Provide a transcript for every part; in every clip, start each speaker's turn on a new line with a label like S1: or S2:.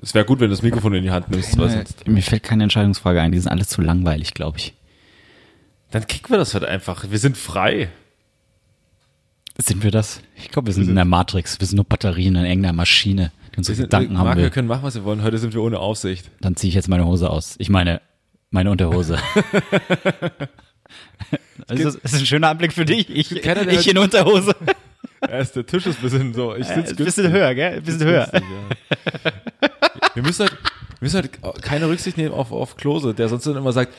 S1: Es wäre gut, wenn du das Mikrofon in die Hand nimmst. weil sonst,
S2: Äh, Mir fällt keine Entscheidungsfrage ein. Die sind alle zu langweilig, glaube ich.
S1: dann kicken wir das halt einfach. Wir sind frei.
S2: Sind wir das? Ich glaube, wir sind in der Matrix. Wir sind nur Batterien in irgendeiner Maschine, die unsere
S1: Wir sind,
S2: Gedanken haben
S1: Marc,
S2: will.
S1: wir können machen, was wir wollen. Heute sind wir ohne Aufsicht.
S2: Dann ziehe ich jetzt meine Hose aus. Ich meine, meine Unterhose. Es ist, es ist ein schöner Anblick für dich. Ich,
S1: keiner, der
S2: ich in Unterhose.
S1: Erst der Tisch ist ein bisschen so. Ich sitze
S2: Ein bisschen höher, gell? Ein bisschen höher.
S1: Wir müssen halt, wir müssen halt keine Rücksicht nehmen auf, auf Klose, der sonst dann immer sagt,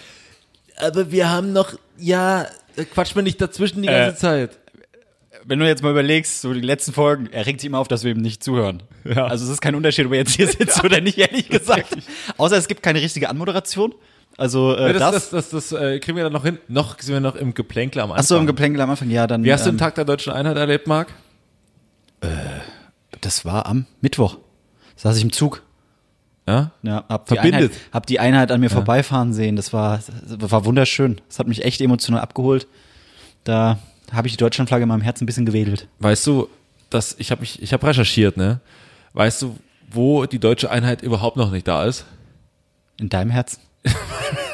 S1: aber wir haben noch, ja, äh, quatsch mir nicht dazwischen die
S2: Äh,
S1: ganze Zeit.
S2: Wenn du jetzt mal überlegst, so die letzten Folgen, er regt sich immer auf, dass wir ihm nicht zuhören.
S1: Ja.
S2: Also es ist kein Unterschied, ob er jetzt hier sitzt oder nicht, ehrlich gesagt. Außer es gibt keine richtige Anmoderation. Also äh,
S1: Ja, das,
S2: das,
S1: das, das, das, äh, kriegen wir dann noch hin. Noch sind wir noch im Geplänkel am Anfang.
S2: Achso, im Geplänkel am Anfang, ja, dann.
S1: Wie hast du
S2: ähm,
S1: den Tag der Deutschen Einheit erlebt, Marc?
S2: Das war am Mittwoch. Saß ich im Zug.
S1: Ja?
S2: Ja, hab die,
S1: Verbindet.
S2: Einheit, hab die Einheit an mir vorbeifahren sehen. Das war, das war wunderschön. Das hat mich echt emotional abgeholt. Da habe ich die Deutschlandflagge in meinem Herzen ein bisschen gewedelt.
S1: Weißt du, dass ich habe mich, ich habe recherchiert, ne? Weißt du, wo die deutsche Einheit überhaupt noch nicht da ist?
S2: In deinem Herzen.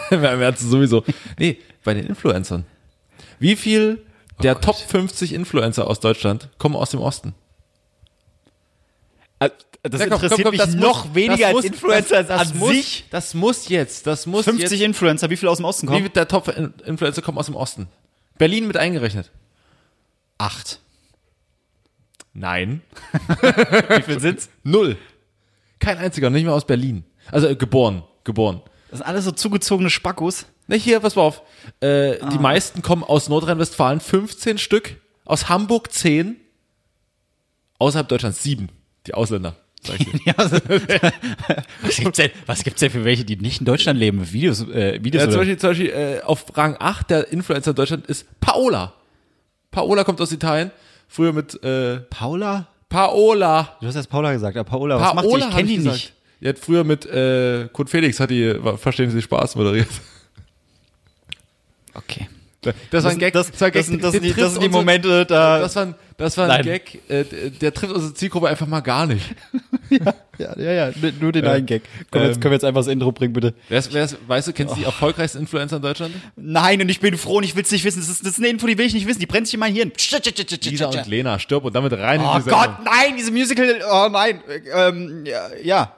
S1: Im Herzen sowieso. Nee, bei den Influencern. Wie viel der Top 50 Influencer aus Deutschland kommen aus dem Osten?
S2: Äh, Das
S1: Ja, komm, komm, komm, das muss- das muss- das muss, Das muss jetzt, das muss
S2: 50
S1: jetzt.
S2: Influencer, wie viele aus dem Osten
S1: Wie
S2: kommen?
S1: wird der Top In- Influencer kommen aus dem Osten? Berlin mit eingerechnet.
S2: Acht.
S1: Nein.
S2: Wie viel sind's?
S1: Null. Kein einziger, nicht mal aus Berlin. Also äh, geboren, geboren.
S2: Das sind alles so zugezogene Spackos.
S1: Na Ne, hier, pass mal auf. Äh, Die meisten kommen aus Nordrhein-Westfalen, 15 Stück. Aus Hamburg 10. Außerhalb Deutschlands 7. Die Ausländer. Sag ich dir.
S2: Ja, also, was, gibt's denn, was gibt's denn für welche, die nicht in Deutschland leben? Videos, äh, Videos
S1: Ja, zum
S2: oder-
S1: Beispiel, zum Beispiel äh, auf Rang 8 der Influencer in Deutschland ist Paola. Paola kommt aus Italien. Früher mit äh,
S2: Paula?
S1: Paola.
S2: Du hast jetzt Paula gesagt, aber Paula, was macht die?
S1: Paola
S2: Ich
S1: hab
S2: kenne die
S1: gesagt.
S2: nicht.
S1: Die hat früher mit äh, Kurt Felix hat die war, Verstehen Sie Spaß moderiert.
S2: Okay.
S1: Das, war ein Gag.
S2: Das,
S1: war ein Gag.
S2: sind, das,
S1: Den
S2: sind, die-
S1: trifft
S2: das sind die
S1: unsere-
S2: Momente, da.
S1: Das war, ein- das war ein
S2: Nein.
S1: Gag, äh, der der trifft unsere Zielgruppe einfach mal gar nicht.
S2: ja, ja, ja, nur den einen Gag. Komm,
S1: ähm,
S2: jetzt, können wir jetzt einfach das Intro bringen, bitte?
S1: Wer ist, wer ist, weißt du, kennst du die
S2: Oh.
S1: erfolgreichsten Influencer in Deutschland?
S2: Nein, und ich bin froh und ich will es nicht wissen. Das ist, das ist eine Info, die will ich nicht wissen. Die brennt sich in mein Hirn.
S1: Lisa und Lena, stirb und damit rein
S2: Oh
S1: in die Sendung.
S2: Gott, nein, diese Musical. Oh nein. Ähm, ja, ja.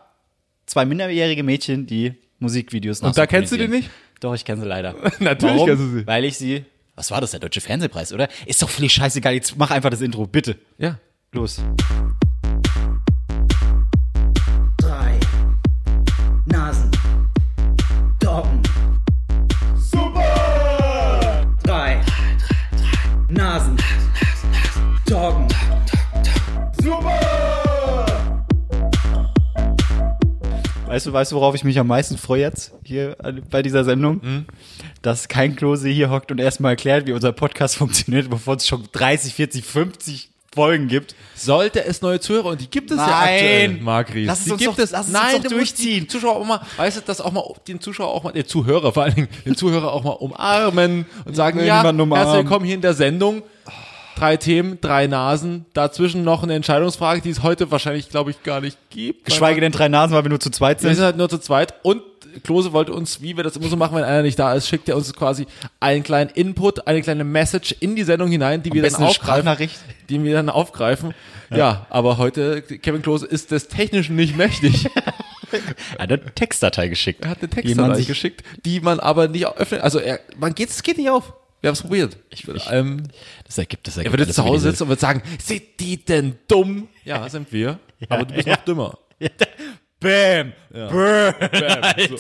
S2: Zwei minderjährige Mädchen, die Musikvideos
S1: Und da kennst du die
S2: nachsynchronisieren. Doch, ich kenne sie leider.
S1: Natürlich
S2: Warum?
S1: kennst du sie.
S2: Weil ich sie. Was war das, der Deutsche Fernsehpreis, oder? Ist doch völlig scheißegal. Jetzt mach einfach das Intro, bitte.
S1: Ja.
S2: Los.
S3: 3. Nasen. Doggen. Super! 3. Nasen. Doggen.
S2: Weißt du, weißt du, worauf ich mich am meisten freue jetzt hier an- bei dieser Sendung? Dass kein Klose hier hockt und erstmal erklärt, wie unser Podcast funktioniert, bevor es schon 30, 40, 50 Folgen gibt.
S1: Sollte es neue Zuhörer, und die gibt es ja
S2: Nein.
S1: aktuell, Marc Ries.
S2: Lass es
S1: die
S2: uns
S1: gibt
S2: doch-
S1: es.
S2: lass es
S1: Nein,
S2: uns doch
S1: du musst die
S2: durchziehen.
S1: Zuschauer auch mal, weißt du, das auch mal, den Zuschauer auch mal, den Zuhörer vor allen Dingen, den Zuhörer auch mal umarmen und sagen, ja,
S2: Irgendwann
S1: herzlich
S2: umarmen.
S1: willkommen hier in der Sendung. Drei Themen, drei Nasen, dazwischen noch eine Entscheidungsfrage, die es heute wahrscheinlich, glaube ich, gar nicht gibt.
S2: Geschweige denn drei Nasen, weil wir nur zu zweit
S1: Wir sind
S2: sind.
S1: halt nur zu zweit und Klose wollte uns, wie wir das immer so machen, wenn einer nicht da ist, schickt er uns quasi einen kleinen Input, eine kleine Message in die Sendung hinein, die wir dann
S2: besten eine
S1: aufgreifen.
S2: Sprachnachricht.
S1: Die wir dann aufgreifen. Ja. aber heute, Kevin Klose ist des Technischen nicht mächtig.
S2: Er hat eine Textdatei geschickt.
S1: Er hat eine
S2: Jemand
S1: Textdatei
S2: sich-
S1: geschickt, die man aber nicht öffnet. Also er, man geht, es geht nicht auf. Wir haben es probiert. Ich, ähm,
S2: Das ergibt das. Ergibt
S1: er würde
S2: alles
S1: zu Hause
S2: wieder
S1: sitzen und würde sagen, sind die denn dumm? Ja, sind wir. aber du bist noch dümmer.
S2: Bam! Brr,
S1: Bam. So,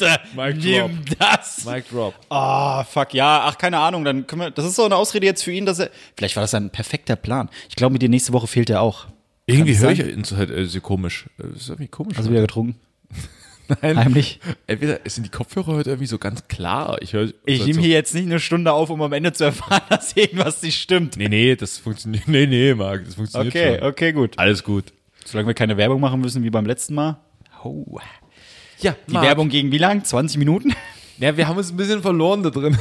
S2: Alter,
S1: Mic
S2: nimm das!
S1: Mic drop.
S2: Ah, fuck, ja, ach, keine Ahnung, dann können wir, das ist so eine Ausrede jetzt für ihn, dass er, vielleicht war das ein perfekter Plan. Ich glaube, mit dir nächste Woche fehlt er auch.
S1: Irgendwie
S2: Kann
S1: höre
S2: sein.
S1: ich ihn so halt, äh, so komisch. Äh, Ist irgendwie komisch.
S2: Hast du wieder getrunken?
S1: Nein.
S2: Heimlich.
S1: Entweder sind die Kopfhörer heute irgendwie so ganz klar. Ich höre.
S2: Ich nehme hier jetzt nicht eine Stunde auf, um am Ende zu erfahren, dass irgendwas nicht stimmt.
S1: Nee, nee, das funktioniert. Nee, nee, Marc, das funktioniert
S2: Okay,
S1: schon.
S2: okay, gut.
S1: Alles gut.
S2: Solange wir keine Werbung machen müssen wie beim letzten Mal. Oh.
S1: Ja,
S2: Die Werbung gegen wie lang? 20 Minuten?
S1: Ja, wir haben uns ein bisschen verloren da drin.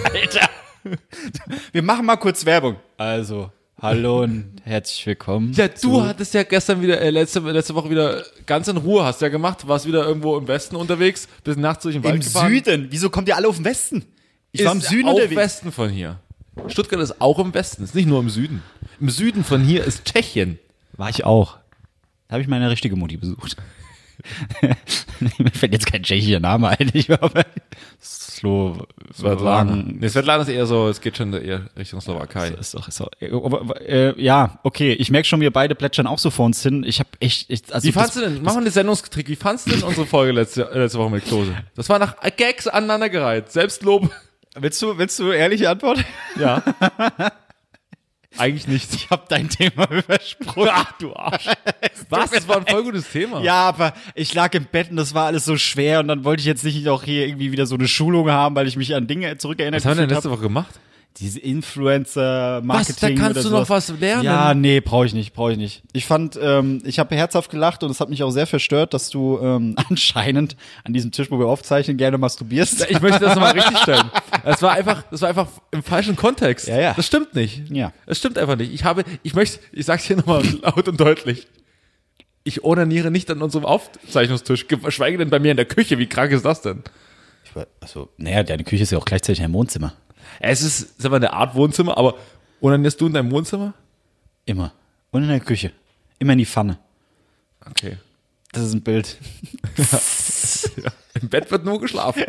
S2: Wir machen mal kurz Werbung. Also, Hallo und herzlich willkommen.
S1: Ja, du
S2: zu-
S1: hattest ja gestern wieder, äh, letzte, letzte Woche wieder ganz in Ruhe hast du ja gemacht, warst wieder irgendwo im Westen unterwegs, bis nachts durch den Wald
S2: im
S1: gefahren.
S2: Süden. Wieso kommt ihr alle auf den Westen? Ich war im
S1: Ist
S2: Süden
S1: auch
S2: unterwegs.
S1: Westen von hier. Stuttgart ist auch im Westen, ist nicht nur im Süden. Im Süden von hier ist Tschechien.
S2: War ich auch. Da habe ich meine richtige Mutti besucht. Mir fällt jetzt kein tschechischer Name ein. Ich glaube, Slow.
S1: Svetlana. Nee, Svetlana ist eher so, es geht schon eher Richtung Slowakei.
S2: Ist doch, ist doch, äh, aber, äh, ja, okay. Ich merke schon, wir beide plätschern auch so vor uns hin. Ich habe echt. Ich, also
S1: Wie
S2: das-
S1: fandst du denn, machen wir eine Sendungskritik, wie fandst du denn unsere Folge letzte, äh, letzte Woche mit Klose? Das war nach Gags aneinandergereiht. Selbstlob.
S2: Willst du, willst du ehrliche Antwort?
S1: Ja. Eigentlich nicht.
S2: Ich habe dein Thema übersprungen.
S1: Ach, du Arsch. Was? Das war ein voll gutes Thema.
S2: Ja, aber ich lag im Bett und das war alles so schwer und dann wollte ich jetzt nicht auch hier irgendwie wieder so eine Schulung haben, weil ich mich an Dinge zurückerinnert
S1: Was haben wir denn
S2: gefühlt
S1: letzte Woche gemacht?
S2: Diese Influencer-Marketing.
S1: Was, da kannst
S2: oder
S1: du noch
S2: sowas.
S1: was lernen.
S2: Ja, nee, brauche ich nicht, brauche ich nicht. Ich fand, ähm, ich habe herzhaft gelacht und es hat mich auch sehr verstört, dass du ähm, anscheinend an diesem Tisch, wo wir aufzeichnen, gerne masturbierst.
S1: Ich möchte das nochmal richtig stellen. Das war einfach, das war einfach im falschen Kontext.
S2: Ja, ja.
S1: Das stimmt nicht.
S2: Ja.
S1: Das stimmt einfach nicht. Ich habe, ich möchte, ich sag's hier nochmal laut und deutlich. Ich onaniere nicht an unserem Aufzeichnungstisch, geschweige denn bei mir in der Küche. Wie krank ist das denn?
S2: Also, naja, deine Küche ist ja auch gleichzeitig ein Wohnzimmer.
S1: Es ist, sag mal, eine Art Wohnzimmer, aber onanierst du in deinem Wohnzimmer?
S2: Immer. Und in der Küche. Immer in die Pfanne.
S1: Okay.
S2: Das ist ein Bild.
S1: Im Bett wird nur geschlafen.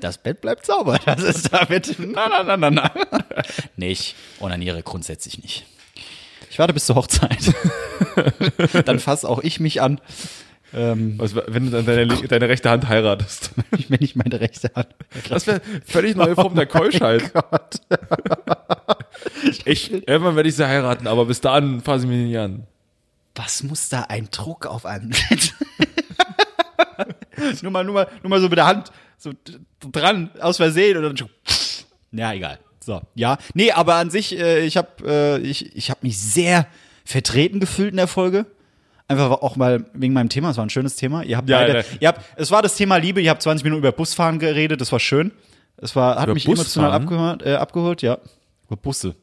S2: Das Bett bleibt sauber. Das ist damit. Na, na, na, na, na. Nee, ich onaniere grundsätzlich nicht. Ich warte bis zur Hochzeit. Dann fasse auch ich mich an. Ähm,
S1: Was, Also, wenn du dann deine, lin- deine rechte Hand heiratest.
S2: ich bin nicht meine Rechte an.
S1: Das wäre völlig neue Form der Keuschheit. ich, irgendwann werde ich sie heiraten, aber bis dahin fasse ich mich nicht an.
S2: Was muss da ein Druck auf einen nur, mal, nur, mal, nur mal so mit der Hand so d- dran, aus Versehen und dann schon. Ja, egal. So, ja. Nee, aber an sich, äh, ich habe äh, ich, ich hab mich sehr vertreten gefühlt in der Folge. Einfach auch mal wegen meinem Thema, es war ein schönes Thema. Ihr habt
S1: Ja,
S2: beide,
S1: ja.
S2: Ihr habt, es war das Thema Liebe, ihr habt 20 Minuten über Busfahren geredet, das war schön. Es war, hat
S1: Über
S2: mich emotional
S1: Busfahren?
S2: abgeholt, äh, abgeholt, ja. Über Busse.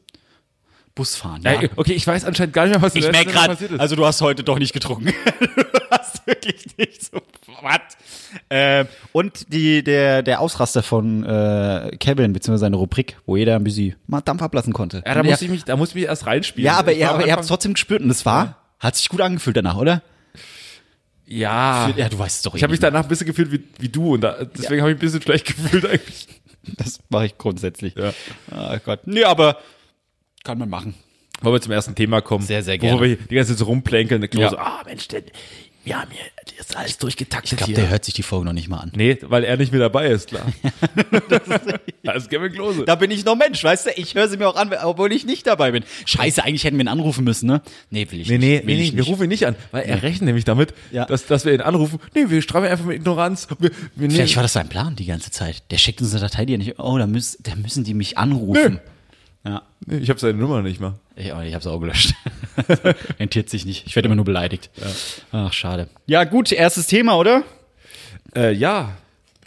S2: Busfahren, ja.
S1: Ja. Okay, ich weiß anscheinend gar nicht mehr, was
S2: Ich
S1: letzte
S2: merke
S1: Woche
S2: gerade,
S1: passiert ist.
S2: also du hast heute doch nicht getrunken. du hast wirklich nicht so was. Ähm, und die, der, der Ausraster von äh, Kevin, beziehungsweise seine Rubrik, wo jeder ein bisschen mal Dampf ablassen konnte.
S1: ja, da
S2: Und
S1: muss
S2: er-
S1: ich mich, da muss ich mich erst reinspielen.
S2: ja, aber,
S1: Ich
S2: ihr,
S1: war am
S2: aber ihr habt es
S1: Anfang-
S2: trotzdem gespürt und es war, hat sich gut angefühlt danach, oder?
S1: Ja.
S2: Ja, du weißt es doch.
S1: Ich habe mich danach ein bisschen gefühlt wie, wie du und da, deswegen habe ich ein bisschen schlecht gefühlt eigentlich.
S2: das mache ich grundsätzlich.
S1: Ja.
S2: Ah, Gott. Nee, aber kann man machen.
S1: Wollen wir zum ersten Thema kommen?
S2: Sehr, sehr
S1: Wo
S2: gerne.
S1: wir hier die ganze Zeit so rumplänkeln, eine Klose.
S2: Ja.
S1: Ah, Mensch, denn wir haben hier das ist alles durchgetaktet
S2: Ich glaube, der hört sich die Folge noch nicht mal an.
S1: Nee, weil er nicht mehr dabei ist, klar. das ist, das ist Kevin Klose.
S2: Da bin ich noch Mensch, weißt du? Ich höre sie mir auch an, obwohl ich nicht dabei bin. Scheiße, eigentlich hätten wir ihn anrufen müssen, ne? Nee, will ich
S1: Nee,
S2: nicht.
S1: nee, nee,
S2: will
S1: nee,
S2: ich
S1: wir
S2: nicht.
S1: rufen ihn nicht an, weil er rechnet nämlich damit,
S2: Ja.
S1: dass, dass wir ihn anrufen. Nee, wir strafen ihn einfach mit Ignoranz. Wir, wir nehmen-
S2: Vielleicht war das sein Plan die ganze Zeit. Der schickt uns eine Datei, die er nicht. Oh, da, müß, da müssen die mich anrufen. Ja.
S1: nee, ich habe seine Nummer nicht mehr.
S2: Ich, aber ich hab's auch gelöscht. Rentiert sich nicht. Ich werde immer nur beleidigt. Ach, schade. Ja, gut, erstes Thema, oder?
S1: Äh, ja.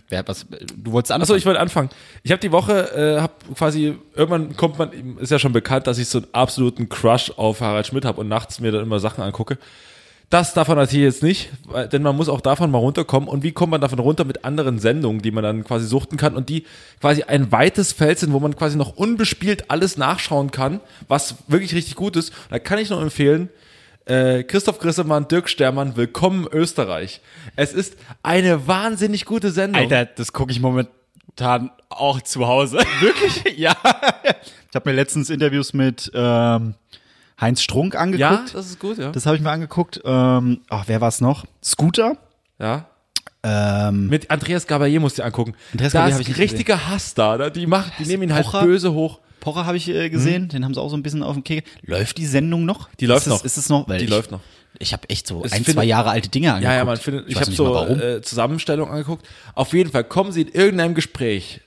S2: Wer, was, du wolltest anders.
S1: Achso, ich wollte anfangen. Ich habe die Woche, äh, hab quasi, irgendwann kommt man, ist ja schon bekannt, dass ich so einen absoluten Crush auf Harald Schmidt habe und nachts mir dann immer Sachen angucke. Das darf man natürlich jetzt nicht, weil- denn man muss auch davon mal runterkommen. Und wie kommt man davon runter mit anderen Sendungen, die man dann quasi suchten kann und die quasi ein weites Feld sind, wo man quasi noch unbespielt alles nachschauen kann, was wirklich richtig gut ist. Und da kann ich nur empfehlen, äh, Christoph Grissemann, Dirk Stermann, Willkommen Österreich. Es ist eine wahnsinnig gute Sendung.
S2: Alter, das gucke ich momentan auch zu Hause. Wirklich? ja. Ich habe mir letztens Interviews mit ähm, Heinz Strunk angeguckt.
S1: ja, das ist gut, ja.
S2: Das habe ich mir angeguckt. Ähm, ach, wer war es noch? Scooter.
S1: ja.
S2: Ähm,
S1: Mit Andreas Gabayé musst du dir angucken.
S2: Andreas
S1: da
S2: Gabayé
S1: ist
S2: hab ich nicht
S1: richtiger Hass da. ne? Die, machen, die nehmen ihn halt
S2: Pocher?
S1: böse hoch.
S2: Pocher habe ich äh, gesehen, den haben sie auch so ein bisschen auf dem Kegel. Läuft die Sendung noch?
S1: Die läuft
S2: ist es-
S1: noch.
S2: Ist es noch? Weil
S1: Die
S2: ich,
S1: läuft noch.
S2: Ich habe echt so
S1: Es
S2: ein,
S1: findet-
S2: zwei Jahre alte Dinge angeguckt.
S1: Ja, ja, man findet, ich,
S2: weiß
S1: habe
S2: nicht
S1: so
S2: mal warum.
S1: äh, Zusammenstellung angeguckt. Auf jeden Fall kommen sie in irgendeinem Gespräch.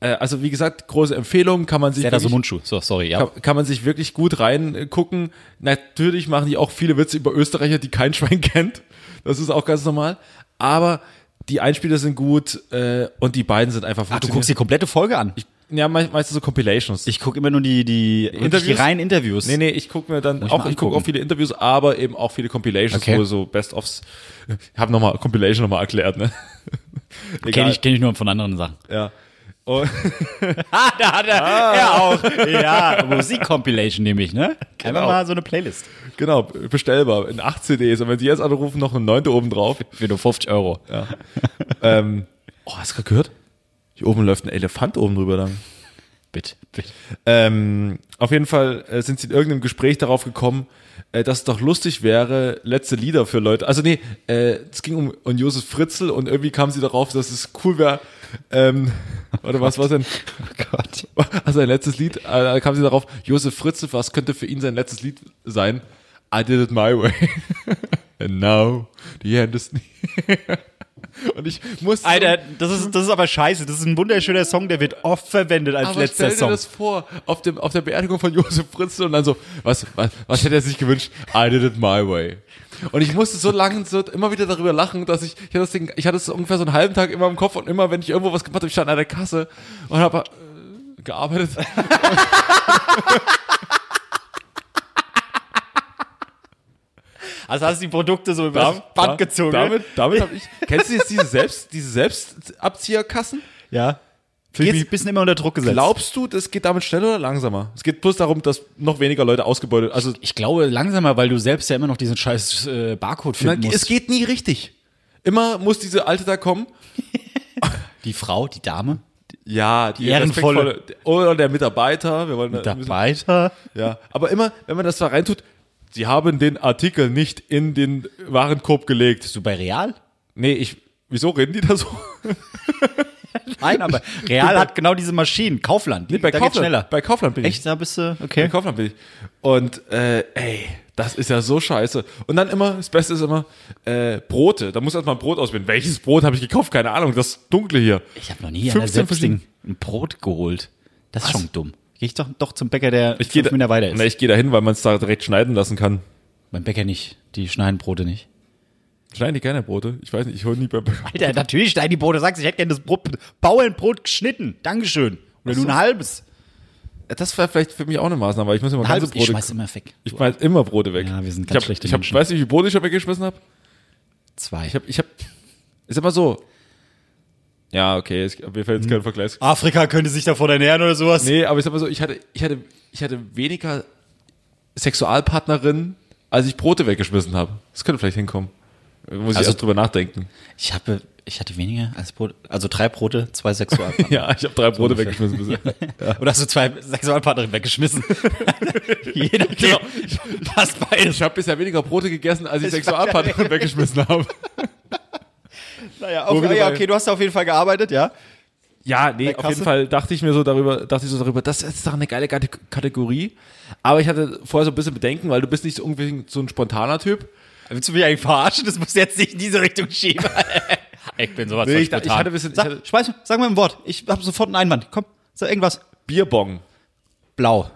S1: Äh, also wie gesagt, große Empfehlung, kann man sich
S2: der hat Mhm. da so
S1: wirklich-
S2: Mundschuh. So, sorry, ja.
S1: kann, kann man sich wirklich gut reingucken. Natürlich machen die auch viele Witze über Österreicher, die kein Schwein kennt. Das ist auch ganz normal. Aber die Einspieler sind gut äh, und die beiden sind einfach
S2: Ach, du guckst die komplette Folge an. Ich,
S1: ja, me- meistens so Compilations.
S2: Ich gucke immer nur die, die, Interviews? die
S1: Interviews?
S2: reinen Interviews.
S1: Nee, nee, ich gucke mir dann
S2: ich
S1: auch,
S2: mal
S1: ich gucke auch
S2: angucken.
S1: viele Interviews, aber eben auch viele Compilations,
S2: Okay.
S1: wo so Best-ofs, ich habe nochmal Compilation nochmal erklärt, ne?
S2: Kenn
S1: Egal.
S2: ich, kenn ich nur von anderen Sachen.
S1: Ja. Und,
S2: Ah, da hat er, er auch. Ja, Musikcompilation nehme ich, ne? Einfach mal so eine Playlist.
S1: genau, bestellbar in 8 CDs und wenn sie jetzt anrufen, noch eine neunte oben drauf.
S2: Für nur 50 Euro.
S1: Ja. ähm, oh, hast du gerade gehört? Hier oben läuft ein Elefant oben drüber lang.
S2: Bitte, bitte.
S1: Ähm, auf jeden Fall äh, sind sie in irgendeinem Gespräch darauf gekommen, äh, dass es doch lustig wäre, letzte Lieder für Leute. Also nee, äh, es ging um, um Josef Fritzl und irgendwie kamen sie darauf, dass es cool wäre. Ähm, oder was war denn?
S2: Oh Gott.
S1: Also sein letztes Lied, äh, da kamen sie darauf, Josef Fritzl, was könnte für ihn sein letztes Lied sein? I did it my way. And now the end is near. Und ich musste
S2: Alter, das ist, das ist aber scheiße. Das ist ein wunderschöner Song, der wird oft verwendet als
S1: Aber
S2: letzter
S1: stell dir
S2: Song.
S1: das vor, auf, dem, auf der Beerdigung von Josef Fritzl und dann so, was, was, was hätte er sich gewünscht? I did it my way. Und ich musste so lange so immer wieder darüber lachen, dass ich, ich hatte das Ding, ich hatte es ungefähr so einen halben Tag immer im Kopf und immer, wenn ich irgendwo was gemacht habe, ich stand an der Kasse und habe äh, gearbeitet.
S2: Also hast du die Produkte so über das Band gezogen.
S1: Damit, damit habe ich. Kennst du jetzt diese Selbst, diese Selbstabzieherkassen?
S2: Ja. Fühl ich
S1: Jetzt-
S2: mich ein bisschen immer unter Druck gesetzt.
S1: Glaubst du, das geht damit schneller oder langsamer? Es geht bloß darum, dass noch weniger Leute ausgebeutet, also
S2: ich glaube langsamer, weil du selbst ja immer noch diesen scheiß äh, Barcode finden
S1: es geht nie richtig. Immer muss diese alte da kommen
S2: Die Frau, die Dame,
S1: Ja, die
S2: ehrenvolle-
S1: respektvolle- Oder der Mitarbeiter. Wir wollen
S2: der Arbeiter.
S1: Ja, aber immer, wenn man das da reintut, sie haben den Artikel nicht in den Warenkorb gelegt.
S2: So bei Real?
S1: Nee, ich, wieso reden die da so?
S2: Nein, aber Real hat genau diese Maschinen. Kaufland. da geht's schneller.
S1: Bei Kaufland bin ich.
S2: Echt, da bist du, okay.
S1: Bei Kaufland bin ich. Und, äh, ey, das ist ja so scheiße. Und dann immer, das Beste ist immer, äh, Brote. Da muss erstmal ein Brot auswählen. Welches Brot habe ich gekauft? Keine Ahnung, das dunkle hier.
S2: Ich habe noch nie an der
S1: 15
S2: Selbstding ein Brot geholt. Das ist
S1: Was?
S2: schon dumm. Geh ich doch, doch zum Bäcker, der
S1: Ich gehe
S2: fünf Meter weiter ist.
S1: Na, ich gehe da hin, weil man es da direkt schneiden lassen kann.
S2: Beim Bäcker nicht. Die schneiden Brote nicht.
S1: Schneiden die gerne Brote? Ich weiß nicht, ich hole nie bei
S2: Alter, natürlich schneiden die Brote. Sagst, ich hätte gerne das Brot, Bauernbrot geschnitten. Dankeschön. Oder nur ein halbes.
S1: Das wäre vielleicht für mich auch eine Maßnahme, weil ich muss immer
S2: Ein
S1: ganze
S2: halbes. Ich
S1: Brote.
S2: schmeiß immer weg.
S1: Ich schmeiß immer Brote weg.
S2: Ja, wir sind
S1: ich
S2: ganz
S1: hab,
S2: schlechte
S1: ich hab,
S2: Menschen.
S1: Weißt du, wie viele Brote ich schon weggeschmissen habe?
S2: Zwei.
S1: Ich habe, ich habe, ist aber so. Ja, okay, es, mir fällt jetzt
S2: Hm.
S1: kein Vergleich.
S2: Afrika könnte sich davon ernähren oder sowas.
S1: Nee, aber ich sag mal so, ich hatte, ich hatte, ich hatte weniger Sexualpartnerinnen, als ich Brote weggeschmissen habe. Das könnte vielleicht hinkommen. Muss ich
S2: Also-
S1: erst drüber nachdenken.
S2: Ich, habe, ich hatte weniger als Brote. Also drei Brote, zwei Sexualpartner.
S1: Ja, ich habe drei Brote weggeschmissen bisher.
S2: Oder hast du zwei Sexualpartnerinnen weggeschmissen? Jeder genau. Passt beides.
S1: Ich habe bisher weniger Brote gegessen, als ich Sexualpartnerinnen weggeschmissen habe.
S2: Naja,
S1: Wo wir dabei-
S2: du hast auf jeden Fall gearbeitet, ja?
S1: Ja, nee,
S2: Der
S1: auf jeden
S2: Kasse?
S1: Fall dachte ich mir so darüber, dachte ich so darüber, das ist doch eine geile Kate- Kategorie. Aber ich hatte vorher so ein bisschen Bedenken, weil du bist nicht so unbedingt so ein spontaner Typ.
S2: Willst du mich eigentlich verarschen? Das muss jetzt nicht in diese Richtung schieben. ich bin sowas
S1: Nee,
S2: von
S1: ich-
S2: spontan.
S1: ich hatte ein bisschen- ich
S2: sag,
S1: hatte-
S2: schmeiß, sag mal ein Wort. Ich habe sofort einen Einwand. Komm, sag irgendwas.
S1: Bierbong.
S2: Blau.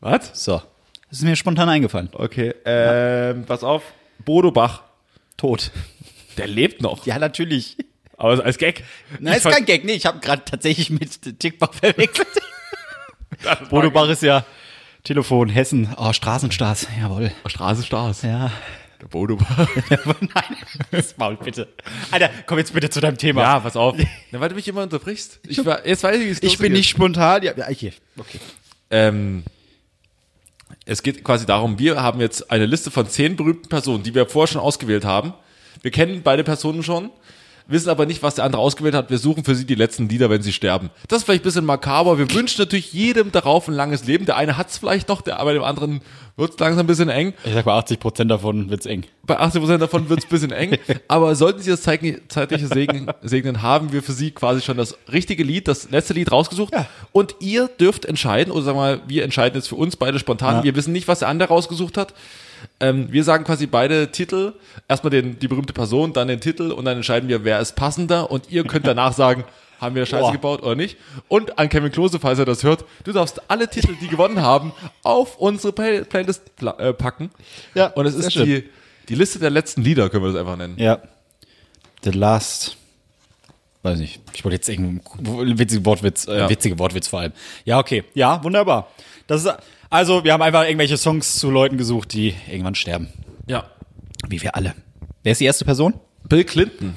S1: Was?
S2: So. Das ist mir spontan eingefallen.
S1: Okay, ähm, pass auf. Bodo Bach.
S2: Tot.
S1: Der lebt noch.
S2: Ja, natürlich.
S1: Aber als Gag.
S2: Nein,
S1: Ich
S2: ist
S1: fand-
S2: kein Gag. Nee, ich habe gerade tatsächlich mit Tickbach verwechselt.
S1: Das
S2: Bodo
S1: war-
S2: Bach ist ja Telefon, Hessen. Oh, Straßenstars. Jawohl.
S1: Straße, Straße.
S2: Ja.
S1: Der Bodo Bach.
S2: Nein, das Maul, bitte. Alter, komm jetzt bitte zu deinem Thema.
S1: Ja, pass auf. Na, weil du mich immer unterbrichst. Ich war, jetzt weiß ich, wie es
S2: ich bin
S1: losgeht.
S2: nicht spontan. Ja, ja, hier. Okay.
S1: Ähm, es geht quasi darum, wir haben jetzt eine Liste von zehn berühmten Personen, die wir vorher schon ausgewählt haben. Wir kennen beide Personen schon, wissen aber nicht, was der andere ausgewählt hat. Wir suchen für sie die letzten Lieder, wenn sie sterben. Das ist vielleicht ein bisschen makaber. Wir wünschen natürlich jedem darauf ein langes Leben. Der eine hat's vielleicht noch, der, bei dem anderen wird's langsam ein bisschen eng.
S2: Ich sag mal, 80% davon wird's eng.
S1: Bei 80% davon wird's ein bisschen eng. Aber sollten sie das zeitlich- zeitliche Segen, Segnen haben, wir für sie quasi schon das richtige Lied, das letzte Lied rausgesucht.
S2: Ja.
S1: Und ihr dürft entscheiden, oder sagen wir mal, wir entscheiden jetzt für uns beide spontan.
S2: Ja.
S1: Wir wissen nicht, was der andere rausgesucht hat. Ähm, wir sagen quasi beide Titel, erstmal den, die berühmte Person, dann den Titel und dann entscheiden wir, wer ist passender. Und ihr könnt danach sagen, haben wir Scheiße
S2: Boah.
S1: gebaut oder nicht. Und an Kevin Klose, falls er das hört, du darfst alle Titel, die gewonnen haben, auf unsere Play Playlist pla- äh, packen.
S2: Ja,
S1: Und es
S2: sehr
S1: ist
S2: schön.
S1: die, die Liste der letzten Lieder, können wir das einfach nennen.
S2: Ja. The Last. Weiß nicht. Ich wollte jetzt irgendeinen witzigen Wortwitz, äh,
S1: Ja.
S2: witzige Wortwitz vor allem. Ja, okay. Ja, wunderbar. Das ist, also, wir haben einfach irgendwelche Songs zu Leuten gesucht, die irgendwann sterben.
S1: Ja.
S2: Wie wir alle. Wer ist die erste Person?
S1: Bill Clinton.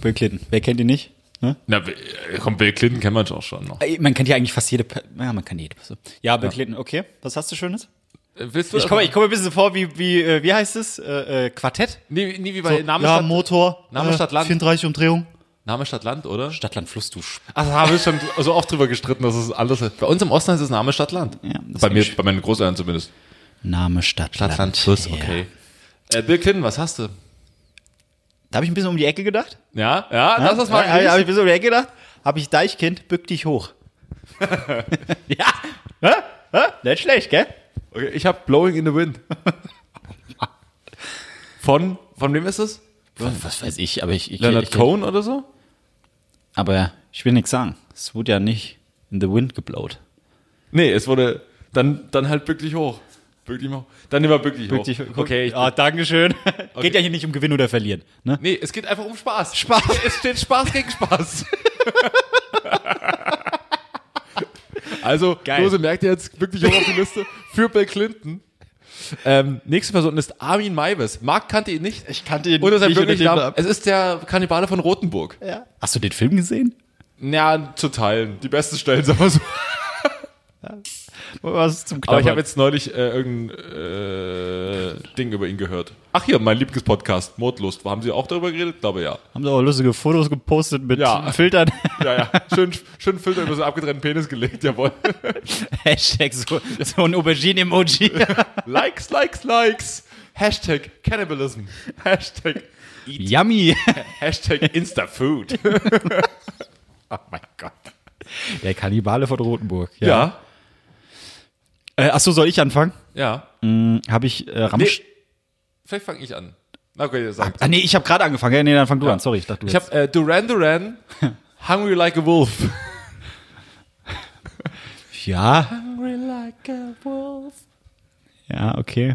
S2: Bill Clinton. Wer kennt ihn nicht? Ne?
S1: Na, äh, komm, Bill Clinton kennen wir auch schon noch.
S2: Äh, Man kennt ja eigentlich fast jede. Per- Ja, man kann jede. Person. Ja, Bill Clinton. Okay. Was hast du Schönes?
S1: Willst du
S2: Ich komme, ich komme ein bisschen vor wie, wie, äh, wie heißt es? Äh, äh, Quartett?
S1: Nee, nee, wie bei Name,
S2: ja,
S1: Stadt,
S2: Motor.
S1: Name, Stadt, Land.
S2: 34 Umdrehung.
S1: Name Stadt Land, oder?
S2: Stadtland Fluss, du Sch-
S1: Ach, da haben wir schon so oft drüber gestritten, dass es anders ist. Bei uns im Osten heißt es Name Stadt Land.
S2: Ja, das
S1: bei
S2: hab
S1: mir,
S2: ich-
S1: bei meinen Großeltern zumindest.
S2: Name Stadtland.
S1: Plus,
S2: Ja.
S1: okay. Äh, Bill Clinton, was hast du?
S2: Da habe ich ein bisschen um die Ecke gedacht.
S1: Ja, ja, lass das mal.
S2: Ja, habe ich ein bisschen um die Ecke gedacht. Habe ich Deichkind, bück dich hoch. ja. Hä? Hä? Nicht schlecht, gell?
S1: okay, ich habe Blowing in the Wind. Von, von wem ist es?
S2: Was, was weiß ich, aber ich. ich
S1: Leonard
S2: ich,
S1: Cohen oder so?
S2: Aber ich will nichts sagen. Es wurde ja nicht in the wind geblaut.
S1: Nee, es wurde dann, dann halt wirklich hoch. Wirklich hoch. Dann nehmen wir wirklich hoch. Oh, Okay, ich,
S2: Ah, Dankeschön. Geht ja hier nicht um Gewinn oder Verlieren. Ne?
S1: Nee, es geht einfach um Spaß. Spaß. Es steht Spaß gegen Spaß. also,
S2: Geil.
S1: Klose merkt ihr jetzt wirklich hoch auf die Liste für Bill Clinton. Ähm, nächste Person ist Armin Maivis. Marc kannte ihn nicht.
S2: Ich kannte ihn
S1: Oder sein
S2: nicht
S1: wirklicher
S2: unter dem
S1: Name. halt Es ist der Kannibale von Rothenburg.
S2: Ja. Hast du den Film gesehen?
S1: Ja, zu teilen. Die besten Stellen, sagen wir so.
S2: Was zum
S1: Aber ich
S2: Knabbern?
S1: habe jetzt neulich äh, irgendein äh, Ding über ihn gehört. Ach hier, mein Lieblingspodcast, Mordlust. Haben Sie auch darüber geredet? Glaube ja.
S2: Haben sie auch lustige Fotos gepostet mit
S1: Ja.
S2: Filtern.
S1: Ja, ja. Schön, schön Filter über so abgetrennten Penis gelegt, jawohl.
S2: Hashtag so, so ein Aubergine-Emoji.
S1: Likes, likes, likes. Hashtag Cannibalism. Hashtag,
S2: Yummy.
S1: Hashtag Instafood. oh mein Gott.
S2: Der Kannibale von Rothenburg.
S1: Ja,
S2: Äh, achso, soll ich anfangen?
S1: ja.
S2: Habe ich äh,
S1: Nee,
S2: Rammstein.
S1: vielleicht fange ich an. Na, Okay, sag.
S2: Ah, nee, ich habe gerade angefangen. Ja, nee, dann fang du an. Sorry, ich dachte du
S1: Ich habe äh, Duran Duran, Hungry Like a Wolf.
S2: jetzt. Ja.
S1: Hungry Like a Wolf.
S2: Ja, okay.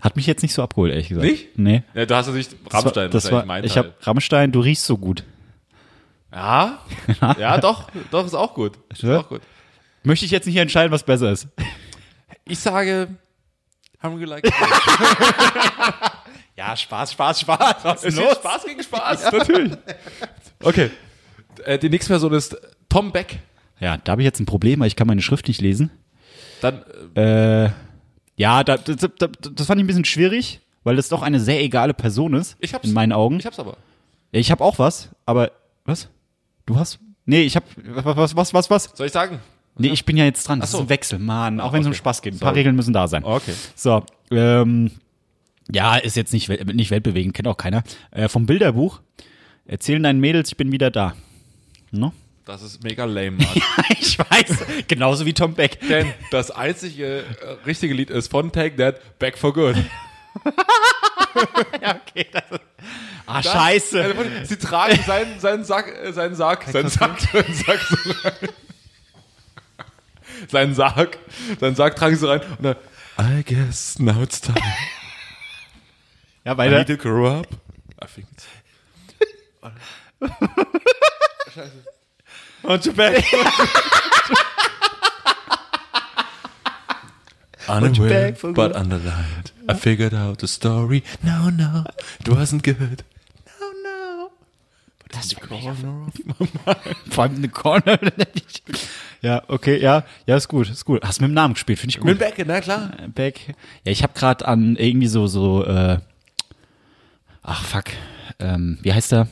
S2: Hat mich jetzt nicht so abgeholt, ehrlich gesagt.
S1: Nicht?
S2: Nee.
S1: Ja, du hast natürlich Rammstein,
S2: das war,
S1: eigentlich mein
S2: ich
S1: Teil.
S2: habe Rammstein, du riechst so gut.
S1: Ja, ja, doch, doch, ist auch gut. Ist
S2: Ja?
S1: auch gut.
S2: Möchte ich jetzt nicht entscheiden, was besser ist.
S1: Ich sage, Hungry Like a Wolf.
S2: Ja, Spaß, Spaß, Spaß. Was
S1: Es ist Spaß gegen Spaß, natürlich. Okay. Äh, die nächste Person ist Tom Beck.
S2: Ja, da habe ich jetzt ein Problem, weil ich kann meine Schrift nicht lesen.
S1: Dann
S2: Äh, ja, da, das, das, das fand ich ein bisschen schwierig, weil das doch eine sehr egale Person ist.
S1: Ich hab's.
S2: In meinen Augen.
S1: Ich hab's aber.
S2: Ja, Ich habe auch was, aber was? Du hast? Nee, ich habe was was was was?
S1: Soll ich sagen?
S2: Nee, ich bin ja jetzt dran. Das
S1: so. Ah,
S2: ist ein Wechsel, Mann. Auch wenn es um
S1: okay.
S2: Spaß geht. Ein
S1: Sorry.
S2: paar Regeln müssen da sein.
S1: Okay.
S2: So, ähm, ja, ist jetzt nicht, wel- nicht weltbewegend, kennt auch keiner. Äh, vom Bilderbuch. Erzählen deinen Mädels, ich bin wieder da. Ne?
S1: Das ist mega lame, Mann.
S2: ich weiß. Genauso wie Tom Beck.
S1: Denn das einzige äh, richtige Lied ist von Take That Back for Good.
S2: Ah,
S1: Das-
S2: scheiße.
S1: Also, Sie tragen seinen, seinen Sack, äh, seinen Sarg, seinen Sack, seinen Sack so rein. Seinen Sarg, seinen Sarg tragen sie rein und dann I guess now it's time.
S2: Ja,
S1: I
S2: weiter.
S1: need to grow up. I think it's
S2: Und Tom Beck.
S1: Unaware,
S2: back for
S1: but underlined. I figured out the story. No, no, it wasn't good. No, no. But it's the corner of my mind.
S2: Vor allem eine Corner. ja, okay, ja. Ja, ist gut, ist gut. Hast mit dem Namen gespielt, finde ich gut.
S1: Mit Becken, na klar.
S2: Beck. Ja, ich habe gerade an irgendwie so, so, äh, ach fuck, ähm, wie heißt der?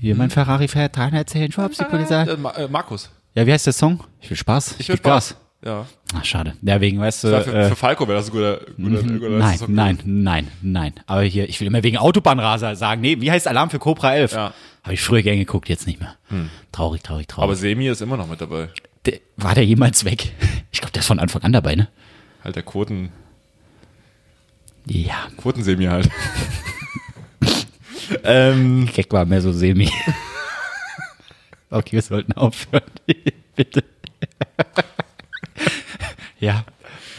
S2: Hier,
S1: Hm?
S2: mein Ferrari fährt 310 Schwabs, die Polizei.
S1: Äh, Ma äh, Markus.
S2: Ja, wie heißt der Song? Ich will Spaß.
S1: Ich will
S2: geb
S1: Spaß. Ja.
S2: Ach, schade. Ja, wegen, weißt du,
S1: Für,
S2: äh,
S1: für Falco wäre das ein guter, guter, guter
S2: nein,
S1: Song.
S2: nein, nein, nein. Aber hier, ich will immer wegen Autobahnraser sagen. Nee, wie heißt Alarm für Cobra 11?
S1: Ja. Hm.
S2: Habe ich früher gern geguckt, jetzt nicht mehr. Traurig, traurig, traurig.
S1: Aber Semi ist immer noch mit dabei.
S2: Der- war der jemals weg? Ich glaube, der ist von Anfang an dabei, ne?
S1: Halt der Quoten,
S2: Ja,
S1: Quoten-Semi halt. ähm,
S2: Keck war mehr so semi. okay, wir sollten aufhören. Bitte. ja.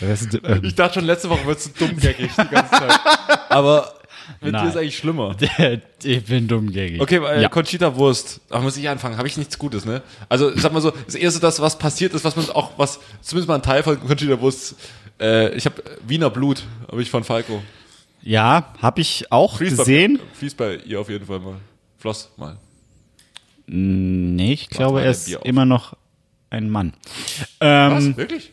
S2: Das ist, ähm,
S1: ich dachte schon letzte Woche wird es dumm gaggig die ganze Zeit. Aber Mit
S2: Nein.
S1: dir ist eigentlich schlimmer.
S2: ich bin dumm, Gaggy.
S1: Okay, äh,
S2: ja.
S1: Conchita Wurst. Ach, muss ich anfangen. Habe ich nichts Gutes, ne? Also, ich sag mal so, ist eher so das, was passiert ist, was man auch, was, zumindest mal ein Teil von Conchita Wurst, äh, ich habe Wiener Blut, habe ich von Falco.
S2: ja, hab ich auch
S1: Fließt bei-
S2: gesehen.
S1: Fließt bei ihr auf jeden Fall mal. Floss mal.
S2: Nee, ich glaube,
S1: mal
S2: er
S1: dein
S2: ist
S1: Bier auf.
S2: immer noch ein Mann.
S1: Was?
S2: Ähm,
S1: Wirklich?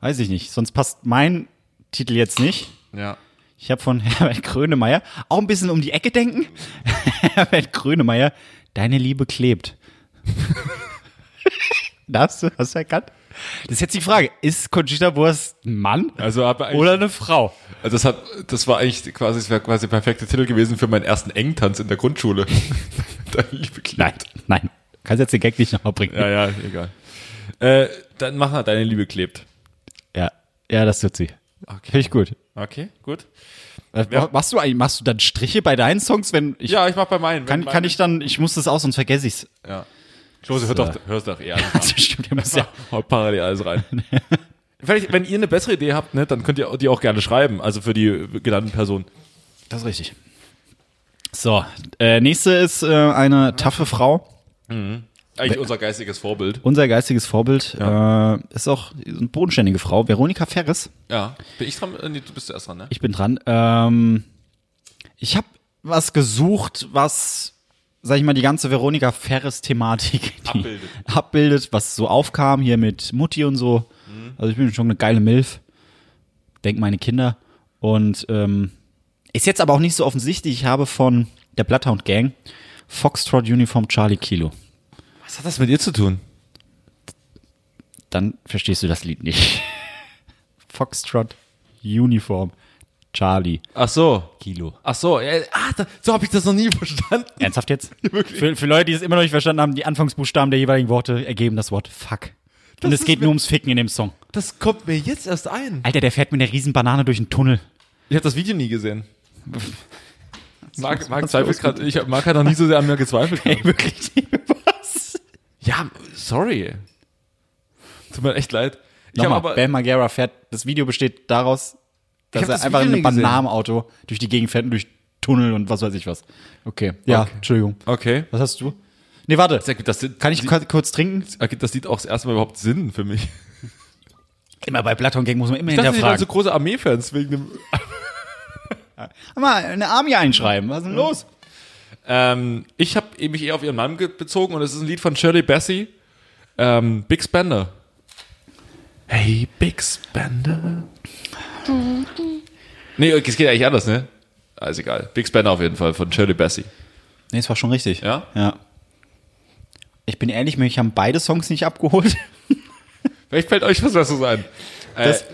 S2: weiß ich nicht. Sonst passt mein Titel jetzt nicht.
S1: Ja.
S2: Ich habe von Herbert Grönemeyer auch ein bisschen um die Ecke denken. Herbert Grönemeyer, deine Liebe klebt. Darfst du, hast du erkannt? Das ist jetzt die Frage. Ist Conchita Wurst ein Mann
S1: Also, aber eigentlich-
S2: oder eine Frau?
S1: Also das, hat, das war eigentlich quasi, das wäre quasi der perfekte Titel gewesen für meinen ersten Engtanz in der Grundschule. Deine liebe Kleid.
S2: Nein, nein. Kannst jetzt den Gag nicht nochmal bringen.
S1: Ja, ja, egal. Äh, dann mach mal deine Liebe klebt.
S2: Ja, ja, das tut sie. Okay. Finde ich gut.
S1: Okay, gut.
S2: Äh,
S1: Ja.
S2: Machst du eigentlich, machst du dann Striche bei deinen Songs, wenn ich,
S1: Ja, ich mach bei meinen.
S2: kann,
S1: Wenn
S2: kann
S1: meine-
S2: ich dann, ich muss das aus, sonst vergesse ich's.
S1: Ja. Klose, hör doch, hörst doch eher.
S2: Das stimmt, ihr müsst ja.
S1: Haut parallel alles rein. Vielleicht, wenn ihr eine bessere Idee habt, ne, dann könnt ihr die auch gerne schreiben, also für die genannten Personen.
S2: Das ist richtig. So, äh, nächste ist äh, eine taffe Frau.
S1: Eigentlich unser geistiges Vorbild.
S2: Unser geistiges Vorbild äh, ist auch eine bodenständige Frau, Veronika Ferris.
S1: Ja. Bin ich dran? Äh, Nee, du bist zuerst dran, ne?
S2: Ich bin dran. Ähm, ich habe was gesucht, was, sag ich mal, die ganze Veronika Ferris-Thematik die
S1: Abbildet.
S2: abbildet, was so aufkam hier mit Mutti und so. Also ich bin schon eine geile Milf. Denk meine Kinder. Und ähm, ist jetzt aber auch nicht so offensichtlich. Ich habe von der Bloodhound Gang Foxtrot Uniform Charlie Kilo.
S1: Was hat das mit ihr zu tun?
S2: dann verstehst du das Lied nicht. Foxtrot, Uniform, Charlie,
S1: Ach so.
S2: Kilo.
S1: Ach so. ja, Ah, da- so habe ich das noch nie verstanden.
S2: Ernsthaft jetzt? für, für Leute, die es immer noch nicht verstanden haben, die Anfangsbuchstaben der jeweiligen Worte ergeben das Wort Fuck. Und
S1: Das
S2: es geht
S1: ist
S2: nur ums Ficken in dem Song.
S1: Das kommt mir jetzt erst ein.
S2: Alter, der fährt mit einer riesen Banane durch einen Tunnel.
S1: Ich habe das Video nie gesehen. Marc, Marc zweifelt grad, ich, hab- Marc hat noch nie so sehr an mir gezweifelt.
S2: Ey, wirklich? Was?
S1: ja, sorry. Tut mir echt leid. Ich habe
S2: Nochmal,
S1: aber,
S2: Bam Margera fährt, das Video besteht daraus, dass
S1: hab
S2: er
S1: das
S2: einfach
S1: Video
S2: in
S1: nie
S2: einem
S1: gesehen.
S2: Bananenauto durch die Gegend fährt und durch Tunnel und was weiß ich was. Okay, ja,
S1: Okay.
S2: Entschuldigung.
S1: okay.
S2: Was hast du? Nee, warte.
S1: Ergibt das, Sinn-
S2: Kann ich
S1: Sie-
S2: ku- kurz trinken?
S1: ergibt das Lied auch das erste Mal überhaupt Sinn für mich?
S2: Immer bei Platon Gang muss man immer
S1: Ich dachte, die waren so große Armee-Fans wegen dem.
S2: Mal eine Army einschreiben. Was ist denn los?
S1: Ähm, ich habe mich eher auf ihren Mann ge- bezogen und es ist ein Lied von Shirley Bassey, ähm, Big Spender. Hey, Big Spender. Nee, es geht eigentlich anders, ne? Alles egal. Big Spender auf jeden Fall von Shirley Bassey.
S2: Nee, es war schon richtig.
S1: Ja?
S2: Ja. Ich bin ehrlich, mich haben beide Songs nicht abgeholt.
S1: Vielleicht fällt euch was Besseres ein. Äh,
S2: Das,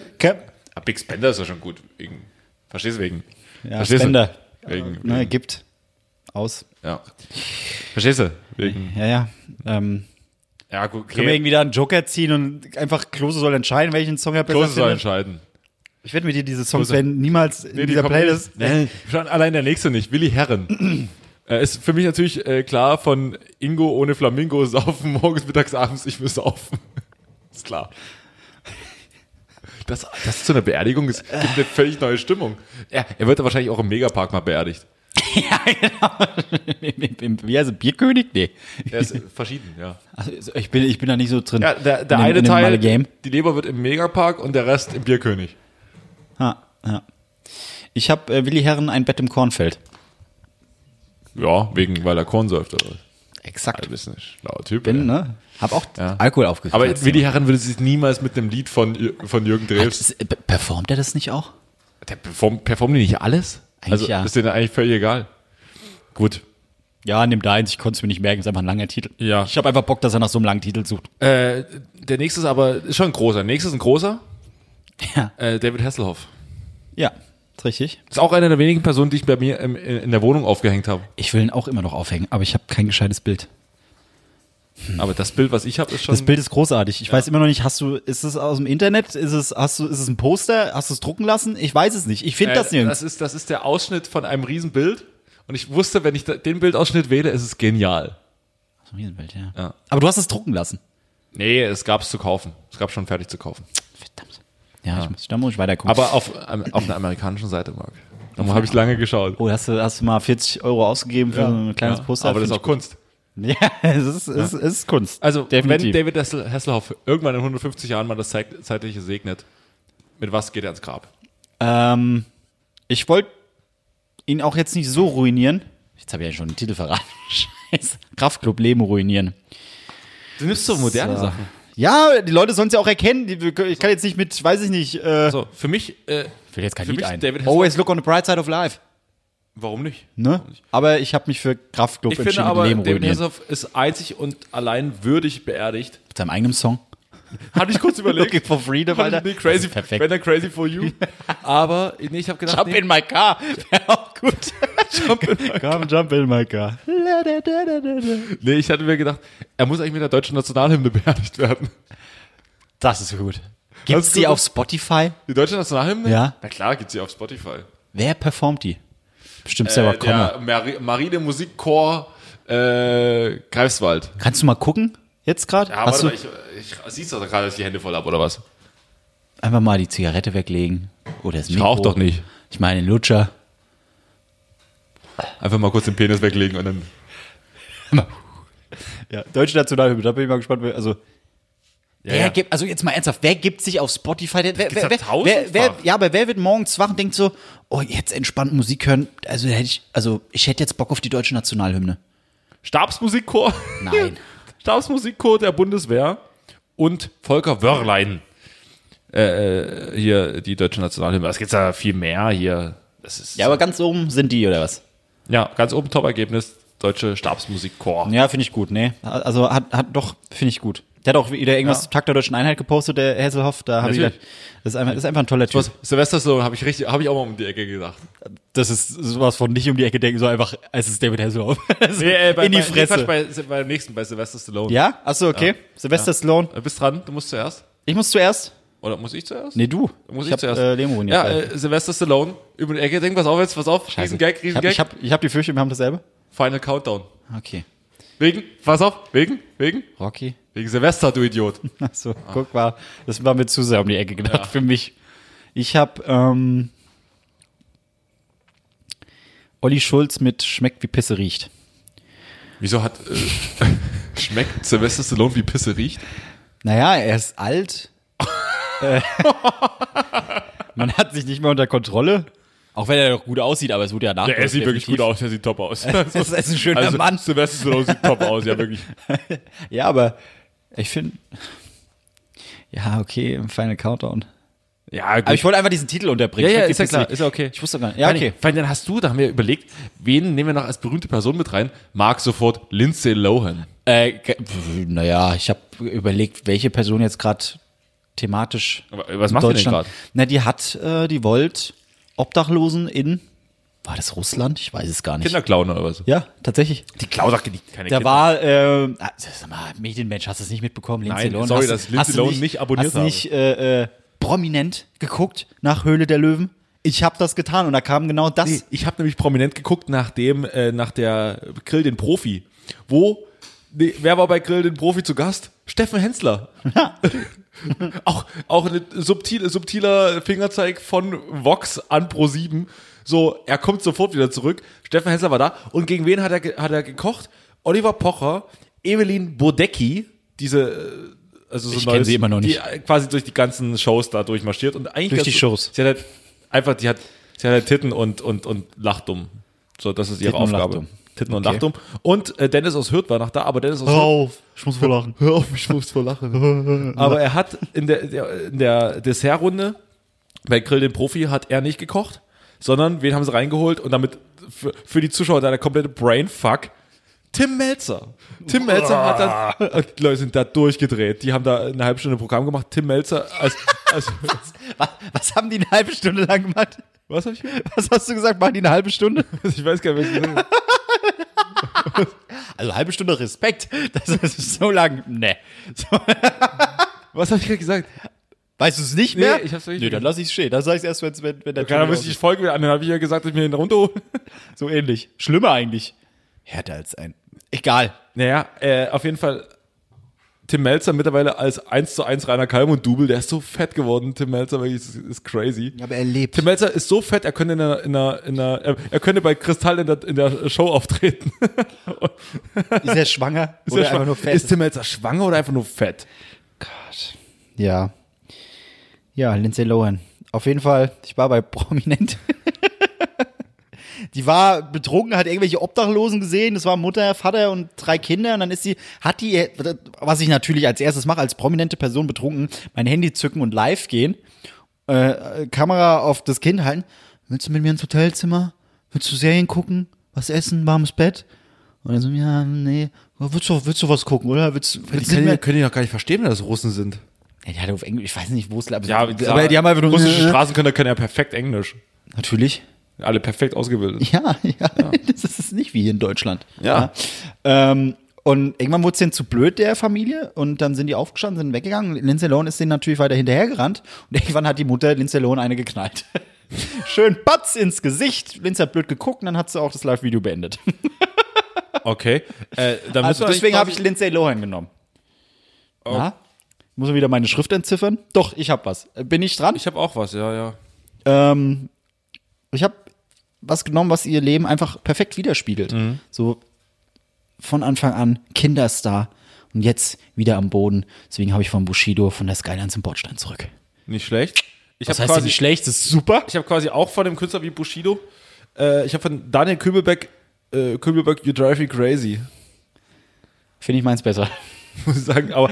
S1: ah, Big Spender ist ja schon gut. Wegen, verstehst du wegen?
S2: ja,
S1: verstehst
S2: Spender.
S1: Du? Wegen,
S2: Ne,
S1: wegen,
S2: gibt. Aus.
S1: ja. Verstehst du? Wegen.
S2: Ja, ja. Ähm,
S1: Ja, gut, okay.
S2: Können wir irgendwie da einen Joker ziehen und einfach Klose soll entscheiden, welchen Song er besser
S1: Klose soll
S2: findet?
S1: entscheiden.
S2: Ich wette mit dir, diese Songs werden niemals in
S1: die
S2: dieser
S1: kommen
S2: Playlist.
S1: nicht. Nee, schon allein der nächste nicht. Willi Herren. Äh, ist für mich natürlich äh, klar von Ingo ohne Flamingo saufen morgens, mittags, abends, ich will saufen. ist klar. Das, das zu einer Beerdigung ist gibt eine völlig neue Stimmung. Er, er wird ja wahrscheinlich auch im Megapark mal beerdigt.
S2: Wie heißt er? Bierkönig? Nee.
S1: Er ist äh, verschieden, ja.
S2: Also, ich, bin, ich bin da nicht so drin.
S1: ja der der
S2: in dem,
S1: eine
S2: in dem
S1: Teil,
S2: Malle-Game.
S1: die Leber wird im Megapark und der Rest im Bierkönig.
S2: Ha, Ah, ja. Ich habe äh, Willi Herren ein Bett im Kornfeld.
S1: Ja, wegen, weil er Korn säuft oder was.
S2: Exakt.
S1: Du bist ein schlauer Typ.
S2: bin,
S1: ey.
S2: ne? Hab auch
S1: Ja.
S2: Alkohol aufgekratzt.
S1: Aber Willi Herren würde sich niemals mit einem Lied von, Jür- von Jürgen Drews
S2: S- p- Performt er das nicht auch?
S1: Der performt, performt die nicht alles?
S2: Eigentlich
S1: also
S2: ja.
S1: ist denen eigentlich völlig egal. Gut.
S2: Ja, nimm da eins, ich konnte es mir nicht merken, ist einfach ein langer Titel.
S1: Ja.
S2: Ich habe einfach Bock, dass er nach so einem langen Titel sucht.
S1: Äh, der nächste ist aber ist schon ein großer. Nächstes ist ein großer.
S2: Ja.
S1: Äh, David Hasselhoff.
S2: Ja, ist richtig.
S1: Ist auch einer der wenigen Personen, die ich bei mir im, in, in der Wohnung aufgehängt habe.
S2: Ich will ihn auch immer noch aufhängen, aber ich habe kein gescheites Bild.
S1: Aber das Bild, was ich habe, ist schon.
S2: Das Bild ist großartig. Ich weiß immer noch nicht, hast du, ist es aus dem Internet? Ist es, hast du, ist es ein Poster? Hast du es drucken lassen? Ich weiß es nicht. Ich finde
S1: äh,
S2: das nirgends.
S1: das ist das ist der Ausschnitt von einem Riesenbild. Und ich wusste, wenn ich da, den Bildausschnitt wähle, ist es genial.
S2: Das Riesenbild, ja.
S1: Ja.
S2: Aber du hast es drucken lassen.
S1: Nee, es gab es zu kaufen. Es gab schon fertig zu kaufen.
S2: Verdammt. Ja, Ich muss, da muss ich weiter gucken.
S1: Aber auf, ähm, auf einer amerikanischen Seite, Marc. Dann habe ich lange geschaut.
S2: Oh, hast du, hast du mal 40 Euro ausgegeben für so ein kleines
S1: Ja,
S2: Poster?
S1: Aber das ist
S2: Find
S1: auch Kunst.
S2: ich gut. Ja, es ist, es ist Kunst.
S1: Also,
S2: Definitiv.
S1: wenn David Hessel- Hasselhoff irgendwann in 150 Jahren mal das Zeit- Zeitliche segnet, mit was geht er ins Grab?
S2: Ähm, ich wollte ihn auch jetzt nicht so ruinieren. Jetzt habe ich ja schon den Titel verraten. Scheiße. Kraftclub Leben ruinieren.
S1: Du nimmst so moderne Sachen.
S2: Ja, die Leute sollen es ja auch erkennen. Die- wir können- Ich kann jetzt nicht mit, weiß ich nicht, äh,
S1: So, für mich, äh,
S2: ich will jetzt kein
S1: für
S2: Lied
S1: mich
S2: ein.
S1: David Hasselhoff-
S2: Always look on the bright side of life.
S1: warum nicht?
S2: Ne? Aber ich habe mich für Kraftclub
S1: Ich
S2: entschieden,
S1: finde aber,
S2: Leben
S1: David
S2: ruinieren.
S1: Hasselhoff ist einzig und allein würdig beerdigt.
S2: Mit seinem eigenen Song.
S1: Hatte ich kurz überlegt.
S2: Looking for freedom, Alter.
S1: Nee, crazy,
S2: Das ist perfekt.
S1: Wenn er crazy for you. Aber nee, ich habe gedacht,
S2: Jump
S1: nee,
S2: in my car. Wäre auch gut. jump in my car. Come jump in my car.
S1: nee, ich hatte mir gedacht, er muss eigentlich mit der deutschen Nationalhymne beerdigt werden.
S2: Das ist gut.
S1: Das
S2: Gibt's
S1: ist
S2: die
S1: gut.
S2: auf Spotify?
S1: Die deutsche Nationalhymne?
S2: Ja.
S1: Na klar, gibt's sie auf Spotify.
S2: Wer performt die? Bestimmt selber
S1: Äh,
S2: Connor.
S1: der Mari Marine Musikchor äh, Greifswald.
S2: Kannst du mal gucken? Jetzt gerade?
S1: Ja,
S2: Hast
S1: Ah, warte
S2: du
S1: mal, ich, ich, siehst du doch gerade, dass ich die Hände voll habe, oder was?
S2: einfach mal die Zigarette weglegen? Oder das Mikro?
S1: rauch doch nicht.
S2: Ich meine, den Lutscher.
S1: Einfach mal kurz den Penis weglegen und dann.
S2: Ja, deutsche Nationalhymne, da bin ich mal gespannt. wer- Also, wer
S1: ja.
S2: gibt, also jetzt mal ernsthaft, wer gibt sich auf Spotify? Der, wer,
S1: gibt's
S2: wer,
S1: ja
S2: wer, wer, wer,
S1: tausendfach.
S2: ja, aber wer wird morgens wach und denkt so, oh, jetzt entspannt Musik hören? Also, hätte ich, also ich hätte jetzt Bock auf die deutsche Nationalhymne.
S1: Stabsmusikchor?
S2: Nein.
S1: Stabsmusikchor der Bundeswehr und Volker Wörlein. Äh, äh, hier die deutsche Nationalhymne. Es gibt ja viel mehr hier. Das ist,
S2: Ja, aber ganz oben sind die, oder was?
S1: ja, ganz oben Top-Ergebnis: deutsche Stabsmusikchor.
S2: Ja, finde ich gut, ne? Also hat, hat doch, finde ich gut. Der hat auch wieder irgendwas
S1: Ja.
S2: zum Tag der deutschen Einheit gepostet, der Hesselhoff. Da habe ich
S1: Natürlich.
S2: gedacht, das ist einfach, das ist einfach ein toller Typ.
S1: Was, Silvester Stallone habe ich, richtig- hab ich auch mal um die Ecke gedacht.
S2: Das ist sowas von nicht um die Ecke denken, so einfach, es ist David Hasselhoff. In die Fresse.
S1: äh, Bei, beim nächsten, bei Silvester Stallone.
S2: ja? Achso, okay. Sylvester Stallone.
S1: Du bist dran, du musst zuerst.
S2: Ich muss zuerst.
S1: Oder muss ich zuerst?
S2: Nee, du.
S1: Muss ich,
S2: ich hab,
S1: zuerst?
S2: Äh, Lemo
S1: ja, äh, Sylvester Stallone, über die Ecke, denk, pass auf jetzt, pass auf, Riesengag,
S2: ich hab,
S1: Riesengag,
S2: ich, hab, ich hab die Fürchte, wir haben dasselbe.
S1: Final Countdown.
S2: Okay.
S1: Wegen, pass auf, wegen, wegen,
S2: Rocky.
S1: wegen Silvester, du Idiot.
S2: Achso, guck mal. Das war mir zu sehr um die Ecke gedacht für mich. Ich hab, ähm, Olli Schulz mit Schmeckt wie Pisse riecht.
S1: Wieso hat, äh, schmeckt Sylvester Stallone wie Pisse riecht?
S2: Naja, er ist alt. Äh, Man hat sich nicht mehr unter Kontrolle. Auch wenn er doch gut aussieht, aber es wurde ja nach.
S1: aus, er sieht top aus.
S2: Es ist ein schöner
S1: also,
S2: Mann.
S1: Sylvester Stallone sieht top aus, ja wirklich.
S2: Ja, aber ich finde. Ja, okay, im Final Countdown.
S1: Ja, gut.
S2: Aber ich wollte einfach diesen Titel unterbringen.
S1: ja, ja,
S2: Ich
S1: ist
S2: find
S1: ja
S2: die
S1: klar,
S2: Pizzeria-
S1: ist ja okay.
S2: Ich wusste gar nicht. Ja, okay.
S1: Vor allem, dann hast du, da haben wir überlegt, wen nehmen wir noch als berühmte Person mit rein? Mark sofort Lindsay Lohan.
S2: Äh, ge- pf, naja, ich habe überlegt, welche Person jetzt gerade thematisch.
S1: Aber äh, was macht die denn
S2: Deutschland-
S1: grad?
S2: Na, die hat, äh, die wollt Obdachlosen in. War das Russland? Ich weiß es gar nicht.
S1: Kinderklauen oder was?
S2: Ja, tatsächlich.
S1: Die Klausache, die keine
S2: Da war, ähm, ah, sag mal, Medienmensch, hast du es nicht mitbekommen?
S1: Nein, sorry, dass ich Lindsay
S2: du
S1: Lohan nicht abonniert
S2: Hast du nicht äh, äh, prominent geguckt nach Höhle der Löwen? Ich habe das getan und da kam genau das.
S1: Nee, ich habe nämlich prominent geguckt nach dem, äh, nach der Grill den Profi. Wo, nee, wer war bei Grill den Profi zu Gast? Steffen Hensler. auch auch ein subtil, subtiler Fingerzeig von Vox an Pro7. So, er kommt sofort wieder zurück. Steffen Hensler war da. Und gegen wen hat er, ge- hat er gekocht? Oliver Pocher, Evelyn Bodecki, diese, äh, also so
S2: Ich kenn sie immer noch
S1: die,
S2: nicht.
S1: äh, quasi durch die ganzen Shows da durchmarschiert und eigentlich
S2: Durch die
S1: ganz-
S2: Shows.
S1: Sie hat halt einfach, die hat, sie hat halt Titten und, und, und lacht dumm. So, das ist ihre
S2: Titten und
S1: Aufgabe.
S2: lacht dumm.
S1: Titten und
S2: Okay. Oh.
S1: lacht dumm. Und äh, Dennis aus Hürth war noch da, aber Dennis aus Hürth,
S2: auf, ich muss wohl lachen.
S1: hör auf, ich muss vor lachen. aber er hat in der, der, in der Dessertrunde bei Grill den Profi hat er nicht gekocht, sondern wen haben sie reingeholt und damit für, für die Zuschauer da der komplette Brainfuck. Tim Melzer. Tim Melzer hat dann, und die Leute sind da durchgedreht. Die haben da eine halbe Stunde Programm gemacht. Tim Melzer als, als
S2: Was, was haben die eine halbe Stunde lang gemacht?
S1: was hab ich hier?
S2: Was hast du gesagt? Machen die eine halbe Stunde?
S1: Ich weiß gar nicht, was ich gesagt habe.
S2: Also halbe Stunde Respekt. Das ist so lang. Ne. So,
S1: Was habe ich gerade gesagt?
S2: weißt du es nicht
S1: Nee,
S2: mehr?
S1: ich hab's nicht
S2: Nee, dann lass ich stehen. Dann sag ich erst, wenn, wenn, wenn der
S1: Ja, dann
S2: Ton
S1: müsste ich die Folge wieder anhören. Habe ich ja gesagt, dass ich mir den runterhole.
S2: raus- So ähnlich. Schlimmer eigentlich. Härter als ein. Egal.
S1: Naja, äh, auf jeden Fall. Tim Melzer mittlerweile als 1 zu 1 Rainer Kalmund-Double, der ist so fett geworden. Tim Melzer wirklich, ist, ist crazy.
S2: Aber er lebt.
S1: Tim Melzer ist so fett, er könnte in der, in der, in der, er- er könnte bei Kristall in der, in der Show auftreten.
S2: Ist er schwanger?
S1: Ist
S2: oder
S1: er schwa-
S2: einfach nur fett?
S1: Ist Tim Melzer schwanger oder einfach nur fett?
S2: ja. Ja, Lindsay Lohan. Auf jeden Fall, ich war bei Prominent. Die war betrunken, hat irgendwelche Obdachlosen gesehen. Das war Mutter, Vater und drei Kinder. Und dann ist sie, hat die, was ich natürlich als erstes mache, als prominente Person betrunken, mein Handy zücken und live gehen, äh, Kamera auf das Kind halten. Willst du mit mir ins Hotelzimmer? Willst du Serien gucken? Was essen? Warmes Bett? Und dann so, ja, nee. Willst du, willst du was gucken, oder? Willst, willst du nicht mehr?
S1: ich doch gar nicht verstehen, wenn das Russen sind.
S2: Ja, die hat auf Englisch, ich weiß nicht, wo es aber,
S1: Ja,
S2: aber die haben einfach nur
S1: russische Straßenkönner können ja perfekt Englisch.
S2: Natürlich.
S1: Alle perfekt ausgebildet.
S2: Ja, ja, das ist es nicht wie hier in Deutschland.
S1: Ja.
S2: Ja. Ähm, und irgendwann wurde es denen zu blöd, der Familie. Und dann sind die aufgestanden, sind weggegangen. Lindsay Lohan ist denen natürlich weiter hinterhergerannt. Und irgendwann hat die Mutter Lindsay Lohan eine geknallt. Schön Batz ins Gesicht. Lindsay hat blöd geguckt und dann hat sie auch das Live-Video beendet.
S1: Okay. Äh, dann
S2: Also
S1: müssen wir- Oh.
S2: deswegen habe ich Lindsay Lohan genommen. Na? Muss man wieder meine Schrift entziffern? Doch, ich habe was. Äh, Bin ich dran?
S1: Ich habe auch was, ja, ja.
S2: ähm, ich habe was genommen, was ihr Leben einfach perfekt widerspiegelt.
S1: Mhm.
S2: So von Anfang an Kinderstar und jetzt wieder am Boden. Deswegen habe ich von Bushido von der Skyline zum Bordstein zurück.
S1: Nicht schlecht. Ich
S2: Das
S1: habe
S2: heißt ja
S1: quasi,
S2: nicht schlecht, das ist super.
S1: ich hab quasi auch von dem Künstler wie Bushido, äh, ich habe von Daniel Kübelbeck, äh, Kübelbeck, You Drive Me Crazy,
S2: Finde ich meins besser.
S1: muss ich sagen. Aber,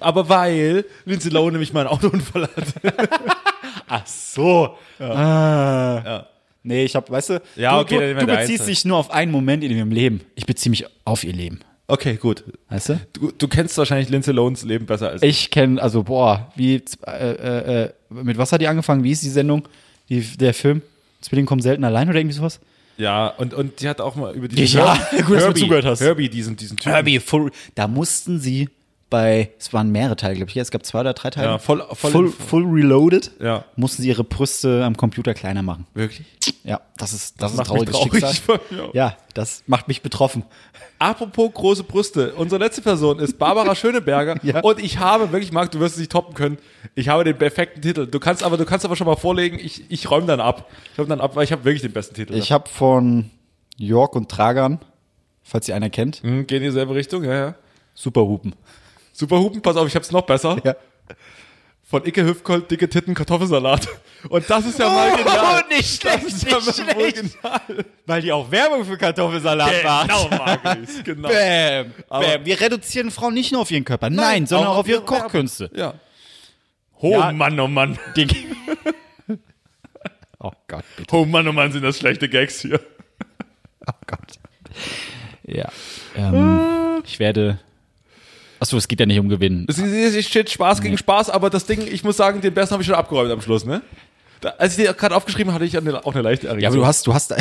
S1: aber weil Lindsay Lohan nämlich mal einen Autounfall hat.
S2: Ach so. Ah. Nee, ich habe, weißt du,
S1: Ja,
S2: du,
S1: okay, dann nehmen
S2: du,
S1: wir
S2: du
S1: der
S2: beziehst
S1: Einzel.
S2: dich nur auf einen Moment in ihrem Leben. Ich beziehe mich auf ihr Leben.
S1: Okay, gut.
S2: Weißt du?
S1: Du, du kennst wahrscheinlich Lindsay Lohans Leben besser als ich.
S2: Ich kenne, also boah, wie, äh, äh, äh, mit was hat die angefangen? Wie ist die Sendung? Die, der Film? Zwilling kommen selten allein oder irgendwie sowas?
S1: Ja, und, und die hat auch mal über
S2: Ich-
S1: diesen
S2: ja,
S1: Herbie,
S2: gut, dass du
S1: Herbie,
S2: zugehört hast.
S1: Herbie, diesen, diesen Typen.
S2: Kirby Full. Da mussten sie bei, es waren mehrere Teile, glaube ich. Ja, Es gab zwei oder drei Teile.
S1: Ja, voll- voll-
S2: full, full reloaded.
S1: Ja.
S2: Mussten sie ihre Brüste am Computer kleiner machen.
S1: Wirklich?
S2: Ja, das ist, das, ist
S1: macht mich
S2: trauriges
S1: traurig.
S2: Schicksal.
S1: Ja.
S2: Ja, das macht mich betroffen.
S1: Apropos große Brüste. Unsere letzte Person ist Barbara Schöneberger.
S2: Ja.
S1: Und ich habe wirklich, Marc, du wirst es nicht toppen können. Ich habe den perfekten Titel. Du kannst aber, du kannst aber schon mal vorlegen. Ich, ich räume dann ab. Ich räume dann ab, weil ich habe wirklich den besten Titel.
S2: Ich habe von York und Tragan, falls ihr einer kennt,
S1: hm, geh in dieselbe Richtung, ja, ja.
S2: Superhupen.
S1: Super Hupen, pass auf, ich hab's noch besser.
S2: Ja.
S1: Von Icke Hüfkold, dicke Titten, Kartoffelsalat. Und das ist ja mal genial.
S2: Oh, nicht
S1: Das ist ja mal wohl genial.
S2: Weil die auch Werbung für Kartoffelsalat
S1: Genau, Marc. Genau.
S2: Bäm,
S1: Aber-
S2: bäm. Wir reduzieren Frauen nicht nur auf ihren Körper, nein, sondern auch auf ihre Kochkünste.
S1: Ja. Oh
S2: Ja.
S1: Mann, oh Mann.
S2: oh Gott, bitte.
S1: Oh Mann, oh Mann, sind das schlechte Gags hier.
S2: Oh Gott. Ja. Ähm, ich werde. Achso, es geht ja nicht um Gewinnen.
S1: Es ist es steht Spaß gegen Spaß, aber das Ding, ich muss sagen, den besten habe ich schon abgeräumt am Schluss, ne? Da, als ich dir gerade aufgeschrieben hatte, ich eine, auch eine leichte Erregung.
S2: Ja, aber du hast, du hast, du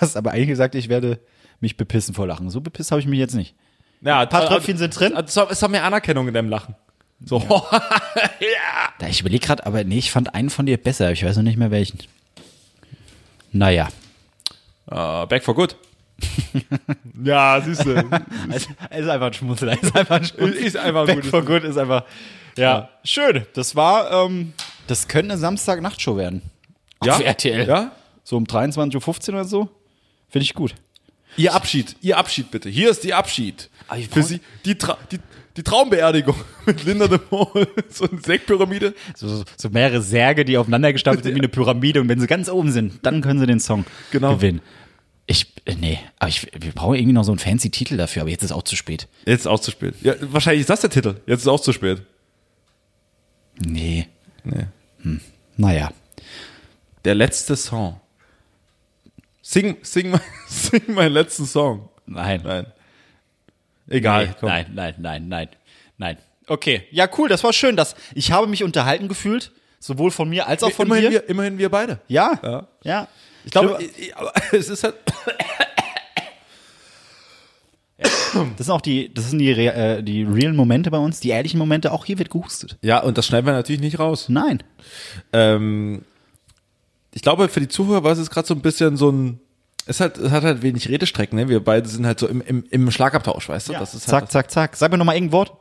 S2: hast aber eigentlich gesagt, ich werde mich bepissen vor Lachen. So bepisst habe ich mich jetzt nicht.
S1: ja, also,
S2: paar Tröpfchen sind drin.
S1: Es war- es war mehr Anerkennung in deinem Lachen. So,
S2: Da, ich überlege gerade, aber nee, ich fand einen von dir besser. Ich weiß noch nicht mehr welchen. Naja.
S1: äh, back for good. ja, siehst du.
S2: Es Also, ist einfach ein Schmunzler. Ist einfach ein Schmunzler.
S1: Ist einfach ein
S2: Back
S1: gutes
S2: for good ist einfach. Ja, schön. Das war, ähm, das könnte eine Samstag-Nachtshow werden.
S1: Ja?
S2: Auf RTL.
S1: Ja?
S2: So um 23.15 Uhr oder so. Finde ich gut.
S1: Ihr Abschied, ihr Abschied bitte. Hier ist ihr Abschied.
S2: Aber wir
S1: Für
S2: brauchen-
S1: sie, die, Tra die, die Traumbeerdigung mit Linda de Mol, so eine Sektpyramide.
S2: So, so, so mehrere Särge, die aufeinander gestapelt sind wie eine Pyramide. Und wenn sie ganz oben sind, dann können sie den Song
S1: Genau.
S2: gewinnen. Ich, äh, nee, aber ich, wir brauchen irgendwie noch so einen fancy Titel dafür, aber jetzt ist auch zu spät.
S1: Jetzt ist auch zu spät. Ja, wahrscheinlich ist das der Titel. Jetzt ist auch zu spät.
S2: Nee, Hm.
S1: Nee.
S2: naja.
S1: Der letzte Song. Sing, sing, mein- sing meinen letzten Song.
S2: Nein.
S1: Nein. Egal.
S2: Nee,
S1: komm.
S2: nein, nein, nein, nein, nein. Okay, ja cool, das war schön. Das, ich habe mich unterhalten gefühlt, sowohl von mir als auch von
S1: immerhin,
S2: dir. äh,
S1: wir, immerhin wir beide.
S2: Ja,
S1: Ja.
S2: ja.
S1: Ich glaube, ich- ich- aber es ist halt.
S2: das sind auch die, das sind die, rea- äh, die realen Momente bei uns, die ehrlichen Momente. Auch hier wird gehustet.
S1: Ja, und das schneiden wir natürlich nicht raus.
S2: Nein.
S1: Ähm, ich glaube, für die Zuhörer war es jetzt gerade so ein bisschen so ein. Es hat, es hat halt wenig Redestrecken, ne? Wir beide sind halt so im, im, im Schlagabtausch, weißt du?
S2: Ja.
S1: Das ist
S2: zack,
S1: halt,
S2: zack, zack. Sag mir noch mal irgendein Wort.